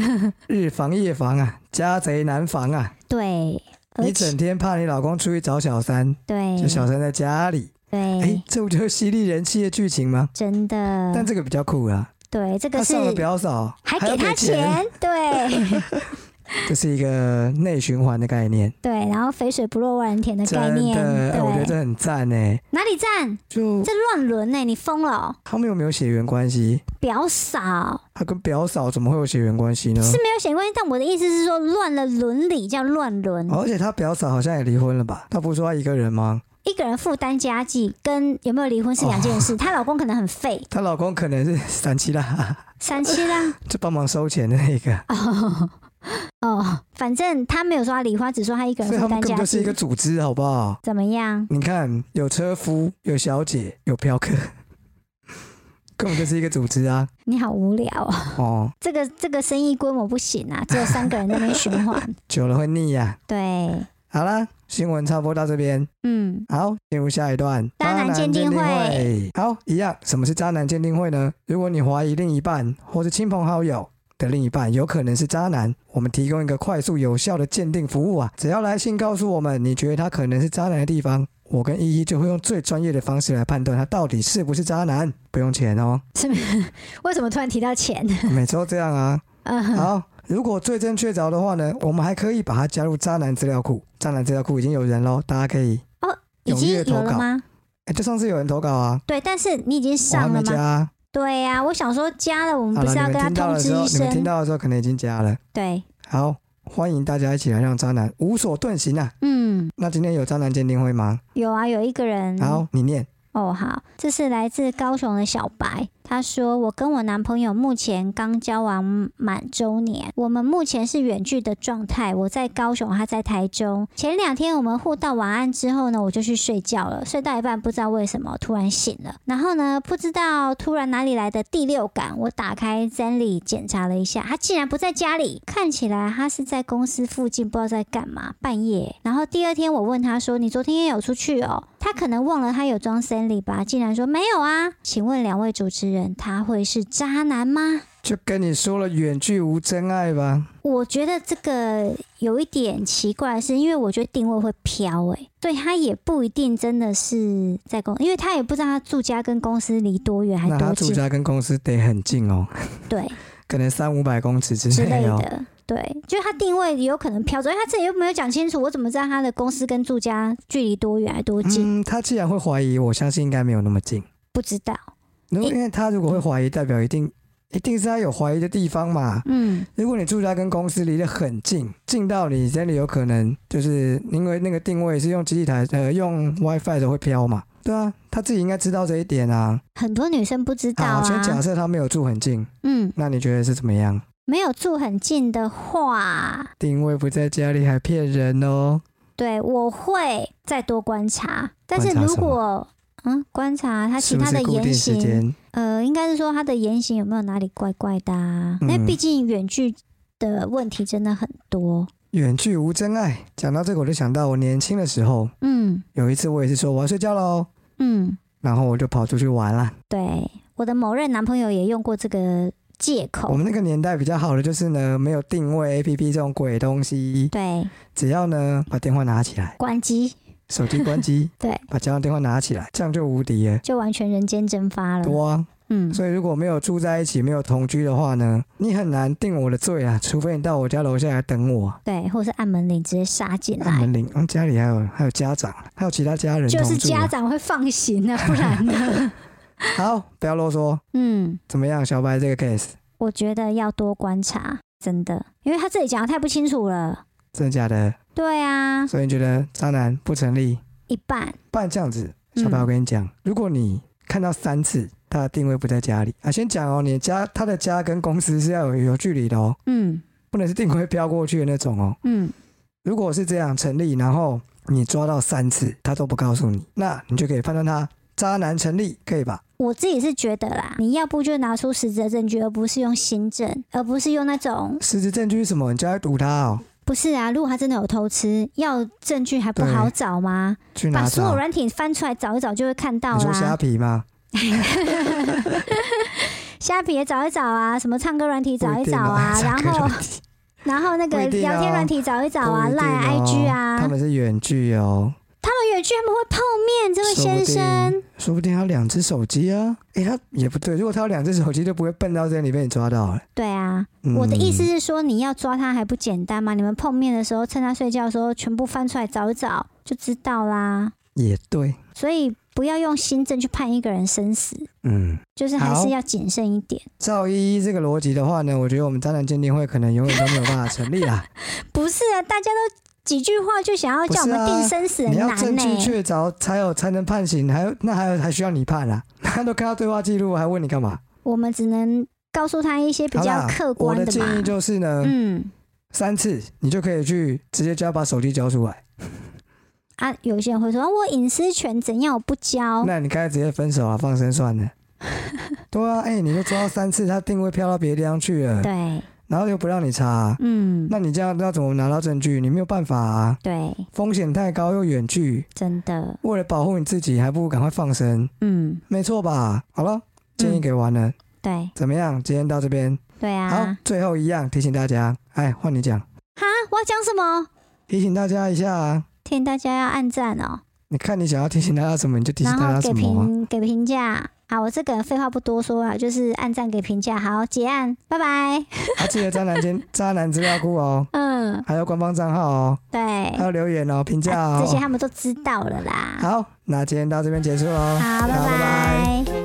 [SPEAKER 1] 日防夜防啊，家贼难防啊。
[SPEAKER 2] 对，而
[SPEAKER 1] 你
[SPEAKER 2] 且哎
[SPEAKER 1] 整天怕你老公出去找小三，
[SPEAKER 2] 对
[SPEAKER 1] 就小三在家里，
[SPEAKER 2] 对、
[SPEAKER 1] 哎，这不就是犀利人气的剧情吗？
[SPEAKER 2] 真
[SPEAKER 1] 但
[SPEAKER 2] 的
[SPEAKER 1] 这个比较酷啊，
[SPEAKER 2] 对，嗯这
[SPEAKER 1] 他
[SPEAKER 2] 个是
[SPEAKER 1] 上了表嫂，
[SPEAKER 2] 还
[SPEAKER 1] 要
[SPEAKER 2] 给他
[SPEAKER 1] 钱，
[SPEAKER 2] 钱，对
[SPEAKER 1] 这是一个内循环的概念，
[SPEAKER 2] 对，然后肥水不落外人田的
[SPEAKER 1] 真
[SPEAKER 2] 概念，
[SPEAKER 1] 的，哎我觉得
[SPEAKER 2] 对，
[SPEAKER 1] 这很赞哎。
[SPEAKER 2] 哪里赞？
[SPEAKER 1] 就
[SPEAKER 2] 这乱伦呢？你疯了哦、
[SPEAKER 1] 他们有没有血缘关系？
[SPEAKER 2] 表嫂
[SPEAKER 1] 他跟表嫂怎么会有血缘关系呢？
[SPEAKER 2] 是没有显关系，但我的意思是说，乱了伦理叫乱伦，
[SPEAKER 1] 哦而且他表嫂好像也离婚了吧？他不是说他一个人吗？
[SPEAKER 2] 一个人负担家计跟有没有离婚是两
[SPEAKER 1] 哦
[SPEAKER 2] 件事。她、老公可能很废，
[SPEAKER 1] 她老公可能是 [laughs] 三七啦，
[SPEAKER 2] 三七
[SPEAKER 1] [laughs]
[SPEAKER 2] 啦，
[SPEAKER 1] 就帮忙收钱的那个，
[SPEAKER 2] 哦哦，反正她没有说她离婚，只说她一个
[SPEAKER 1] 所以
[SPEAKER 2] 人负
[SPEAKER 1] 他们
[SPEAKER 2] 担
[SPEAKER 1] 根本
[SPEAKER 2] 家
[SPEAKER 1] 就是一个
[SPEAKER 2] 计。
[SPEAKER 1] 组织，好不好？
[SPEAKER 2] 怎么样？
[SPEAKER 1] 你看，有车夫，有小姐，有嫖客， [laughs] 根本就是一个组织啊！
[SPEAKER 2] 你好无聊哦，
[SPEAKER 1] 哦，
[SPEAKER 2] 这个这个生意规模不行啊，只有三个人在那边循环。
[SPEAKER 1] 久了会腻呀、
[SPEAKER 2] 对，
[SPEAKER 1] 好啦，新闻差不多到这边，
[SPEAKER 2] 嗯，
[SPEAKER 1] 好，进入下一段
[SPEAKER 2] 渣男鉴定会
[SPEAKER 1] 会。好，一样，什么是渣男鉴定会呢？如果你怀疑另一半或是亲朋好友。的另一半有可能是渣男，我们提供一个快速有效的鉴定服务啊！只要来信告诉我们你觉得他可能是渣男的地方，我跟依依就会用最专业的方式来判断他到底是不是渣男，不用钱哦，
[SPEAKER 2] 为什么突然提到钱？
[SPEAKER 1] 每次都这样啊。
[SPEAKER 2] 嗯，
[SPEAKER 1] 好，如果罪证确凿的话呢，我们还可以把它加入渣男资料库。渣男资料库已经有人喽，大家可以
[SPEAKER 2] 哦已
[SPEAKER 1] 踊
[SPEAKER 2] 经
[SPEAKER 1] 跃
[SPEAKER 2] 有
[SPEAKER 1] 投
[SPEAKER 2] 了
[SPEAKER 1] 稿。
[SPEAKER 2] 吗？
[SPEAKER 1] 哎、就上次有人投稿啊，
[SPEAKER 2] 对，但是你已经
[SPEAKER 1] 我还
[SPEAKER 2] 上了
[SPEAKER 1] 没
[SPEAKER 2] 吗
[SPEAKER 1] 加？啊。
[SPEAKER 2] 对呀、我想说加了，我们
[SPEAKER 1] 好
[SPEAKER 2] 不
[SPEAKER 1] 了，
[SPEAKER 2] 是要
[SPEAKER 1] 你们
[SPEAKER 2] 跟他
[SPEAKER 1] 听到
[SPEAKER 2] 通
[SPEAKER 1] 的
[SPEAKER 2] 知
[SPEAKER 1] 时候
[SPEAKER 2] 一，
[SPEAKER 1] 你们听
[SPEAKER 2] 声？
[SPEAKER 1] 到的时候可能已经加了。
[SPEAKER 2] 对，
[SPEAKER 1] 好，欢迎大家一起来让渣男无所遁形啊！
[SPEAKER 2] 嗯，
[SPEAKER 1] 那今天有渣男鉴定会吗？
[SPEAKER 2] 有啊，有一个人。
[SPEAKER 1] 好，你念。
[SPEAKER 2] 哦，好，这是来自高雄的小白，他说：“我跟我男朋友目前刚交往满周年，我们目前是远距的状态，我在高雄，他在台中。前两天我们互道晚安之后呢，我就去睡觉了，睡到一半不知道为什么突然醒了，然后呢，不知道突然哪里来的第六感，我打开 Zenly 检查了一下，他竟然不在家里，看起来他是在公司附近，不知道在干嘛，半夜。然后第二天我问他说：“你昨天也有出去哦？”他可能忘了他有装 Zenly 吧，竟然说没有啊。请问两位主持人，他会是渣男吗？ [laughs]
[SPEAKER 1] 就跟你说了，远距无真爱吧。
[SPEAKER 2] 我觉得这个有一点奇怪，是因为我觉得定位会飘诶、欸，对他也不一定真的是在公，因为他也不知道他住家跟公司离多远还
[SPEAKER 1] 那他
[SPEAKER 2] 多
[SPEAKER 1] 住
[SPEAKER 2] 近，
[SPEAKER 1] 家跟公司得很近哦，
[SPEAKER 2] 对
[SPEAKER 1] 可能三五百公尺之
[SPEAKER 2] 之类
[SPEAKER 1] 内哦。
[SPEAKER 2] 的。对，就是他定位有可能飘走，因为他自己又没有讲清楚，我怎么知道他的公司跟住家距离多远还多近？
[SPEAKER 1] 嗯，他既然会怀疑，我相信应该没有那么近。
[SPEAKER 2] 不知道。
[SPEAKER 1] 如果
[SPEAKER 2] 诶
[SPEAKER 1] 因为他如果会怀疑，代表一定一定是他有怀疑的地方嘛。
[SPEAKER 2] 嗯，
[SPEAKER 1] 如果你住家跟公司离得很近，近到你真的有可能就是因为那个定位是用机器台呃用 WiFi 的会飘嘛。对啊，他自己应该知道这一点啊。
[SPEAKER 2] 很多女生不知道
[SPEAKER 1] 好，先假
[SPEAKER 2] 啊。
[SPEAKER 1] 设他没有住很近，
[SPEAKER 2] 嗯，
[SPEAKER 1] 那你觉得是怎么样？
[SPEAKER 2] 没有住很近的话，
[SPEAKER 1] 定位不在家里还骗人哦。
[SPEAKER 2] 对我会再多观察。但是
[SPEAKER 1] 观察
[SPEAKER 2] 如
[SPEAKER 1] 什么
[SPEAKER 2] 果嗯观察他其
[SPEAKER 1] 是不
[SPEAKER 2] 他
[SPEAKER 1] 是
[SPEAKER 2] 的
[SPEAKER 1] 固
[SPEAKER 2] 言
[SPEAKER 1] 定时
[SPEAKER 2] 行，
[SPEAKER 1] 间？
[SPEAKER 2] 呃，应该是说他的言行有没有哪里怪怪的、啊？
[SPEAKER 1] 嗯
[SPEAKER 2] 那毕竟远距的问题真的很多。
[SPEAKER 1] 远距无真爱。讲到这个，我就想到我年轻的时候，
[SPEAKER 2] 嗯
[SPEAKER 1] 有一次我也是说我要睡觉喽，
[SPEAKER 2] 嗯，
[SPEAKER 1] 然后我就跑出去玩了。
[SPEAKER 2] 对，我的某任男朋友也用过这个借
[SPEAKER 1] 我
[SPEAKER 2] 口。
[SPEAKER 1] 们那个年代比较好的就是呢，没有定位 APP 这种鬼东西，
[SPEAKER 2] 对，
[SPEAKER 1] 只要呢把电话拿起来，
[SPEAKER 2] 关机，
[SPEAKER 1] 手机关机
[SPEAKER 2] [laughs] 对，
[SPEAKER 1] 把家用电话拿起来，这样就无敌了。
[SPEAKER 2] 就完全人间蒸发了。
[SPEAKER 1] 多、啊，
[SPEAKER 2] 嗯，
[SPEAKER 1] 所以如果没有住在一起、没有同居的话呢，你很难定我的罪啊，除非你到我家楼下来等我，
[SPEAKER 2] 对，或是按门铃直接杀进
[SPEAKER 1] 按
[SPEAKER 2] 来
[SPEAKER 1] 门。铃。嗯，家里还有还有家长，还有其他家人同住、
[SPEAKER 2] 哎就
[SPEAKER 1] 啊。
[SPEAKER 2] 是家长会放行啊，不
[SPEAKER 1] [laughs]
[SPEAKER 2] 然呢？
[SPEAKER 1] 好，不要啰嗦。
[SPEAKER 2] 嗯，
[SPEAKER 1] 怎么样，小白这个 case
[SPEAKER 2] 我觉得要多观察，真的，因为他自己讲的太不清楚了。
[SPEAKER 1] 真的假的？
[SPEAKER 2] 对啊，
[SPEAKER 1] 所以你觉得渣男不成立？
[SPEAKER 2] 一半，
[SPEAKER 1] 不然这样子，小白，
[SPEAKER 2] 嗯
[SPEAKER 1] 我跟你讲，如果你看到三次他的定位不在家里啊，先讲哦，你的家他的家跟公司是要有有距离的哦，
[SPEAKER 2] 嗯
[SPEAKER 1] 不能是定位飘过去的那种哦。
[SPEAKER 2] 嗯，
[SPEAKER 1] 如果是这样成立，然后你抓到三次他都不告诉你，那你就可以判断他渣男成立，可以吧？
[SPEAKER 2] 我自己是觉得啦，你要不就拿出实质的证据，而不是用新证，而不是用那种
[SPEAKER 1] 实质证据是什么？你就要堵他哦，
[SPEAKER 2] 不是啊。如果他真的有偷吃，要证据还不
[SPEAKER 1] 对
[SPEAKER 2] 好找吗？
[SPEAKER 1] 去
[SPEAKER 2] 把
[SPEAKER 1] 拿
[SPEAKER 2] 所有
[SPEAKER 1] 找。
[SPEAKER 2] 软体翻出来找一找，就会看到
[SPEAKER 1] 你说虾
[SPEAKER 2] 啦。
[SPEAKER 1] 皮吗？
[SPEAKER 2] 虾皮也找一找啊，什么唱歌软体
[SPEAKER 1] 不
[SPEAKER 2] 找一
[SPEAKER 1] 定
[SPEAKER 2] 找
[SPEAKER 1] 哦
[SPEAKER 2] 啊，
[SPEAKER 1] 这 [laughs]
[SPEAKER 2] 然
[SPEAKER 1] 个
[SPEAKER 2] 后
[SPEAKER 1] 问题
[SPEAKER 2] 然后那
[SPEAKER 1] 不
[SPEAKER 2] 个
[SPEAKER 1] 一定
[SPEAKER 2] 聊天
[SPEAKER 1] 哦
[SPEAKER 2] 软体找一找啊，
[SPEAKER 1] 不一
[SPEAKER 2] 赖、
[SPEAKER 1] 定哦
[SPEAKER 2] IG 啊，
[SPEAKER 1] 他们是远距哦。
[SPEAKER 2] 远距他们会泡面，这位
[SPEAKER 1] 说不
[SPEAKER 2] 先生
[SPEAKER 1] 定，说不定他有两只手机啊。诶，他也不对，如果他有两只手机，就不会笨到这里被你抓到了。
[SPEAKER 2] 对啊，
[SPEAKER 1] 嗯
[SPEAKER 2] 我的意思，是说，你要抓他还不简单吗？你们碰面的时候，趁他睡觉的时候，全部翻出来找一找，就知道啦。
[SPEAKER 1] 也对，
[SPEAKER 2] 所以不要用新政去判一个人生死，
[SPEAKER 1] 嗯。
[SPEAKER 2] 就是还
[SPEAKER 1] 好
[SPEAKER 2] 是要谨慎一点。
[SPEAKER 1] 照依依这个逻辑的话呢，我觉得我们渣男鉴定会可能永远都没有办法成立啦。
[SPEAKER 2] 不是啊，大家都几句话就想要叫我
[SPEAKER 1] 不是啊
[SPEAKER 2] 们定生死，很
[SPEAKER 1] 你要
[SPEAKER 2] 难欸
[SPEAKER 1] 证
[SPEAKER 2] 呢、
[SPEAKER 1] 据确凿才有才能判刑，还有那还有还需要你判啦、 [laughs] 他都看到对话记录，还问你干嘛？
[SPEAKER 2] 我们只能告诉他一些比
[SPEAKER 1] 好
[SPEAKER 2] 较
[SPEAKER 1] 啦
[SPEAKER 2] 客
[SPEAKER 1] 我
[SPEAKER 2] 观
[SPEAKER 1] 的
[SPEAKER 2] 的
[SPEAKER 1] 建
[SPEAKER 2] 嘛
[SPEAKER 1] 议。就是呢，
[SPEAKER 2] 嗯
[SPEAKER 1] 三次你就可以去直接就要把手机交出来。
[SPEAKER 2] 啊，有些人会说、啊我隐私权怎样，我不交。
[SPEAKER 1] 那你干脆直接分手啊，放生算
[SPEAKER 2] [laughs]
[SPEAKER 1] 了。对啊，哎、你都抓到三次，他定位飘到别的地方去了。
[SPEAKER 2] 对，
[SPEAKER 1] 然后又不让你查、
[SPEAKER 2] 嗯，
[SPEAKER 1] 那你这样要怎么拿到证据？你没有办法啊，
[SPEAKER 2] 对，
[SPEAKER 1] 风险太高又远距，
[SPEAKER 2] 真的，
[SPEAKER 1] 为了保护你自己，还不如赶快放生，
[SPEAKER 2] 嗯，
[SPEAKER 1] 没错吧？好了，建议给完了，
[SPEAKER 2] 对，
[SPEAKER 1] 怎么样？今天到这边，
[SPEAKER 2] 对啊。
[SPEAKER 1] 好，最后一样提醒大家，哎，换你讲，
[SPEAKER 2] 哈，我要讲什么？
[SPEAKER 1] 提醒大家一下啊，
[SPEAKER 2] 提醒大家要按赞哦，
[SPEAKER 1] 你看你想要提醒大家什么，你就提醒
[SPEAKER 2] 然
[SPEAKER 1] 大
[SPEAKER 2] 后
[SPEAKER 1] 家
[SPEAKER 2] 给
[SPEAKER 1] 什么啊、
[SPEAKER 2] 评给评价。好，我这个人废话不多说啊，就是按赞给评价。好，结案，拜拜。
[SPEAKER 1] 啊，记得渣男
[SPEAKER 2] [laughs]
[SPEAKER 1] 间渣男资料库哦，
[SPEAKER 2] 嗯，
[SPEAKER 1] 还有官方账号哦，
[SPEAKER 2] 对，
[SPEAKER 1] 还有留言哦，评价
[SPEAKER 2] 啊这些
[SPEAKER 1] 哦。
[SPEAKER 2] 他们都知道了啦。
[SPEAKER 1] 好，那今天到这边结束喽。
[SPEAKER 2] 好，拜
[SPEAKER 1] 好拜拜
[SPEAKER 2] 拜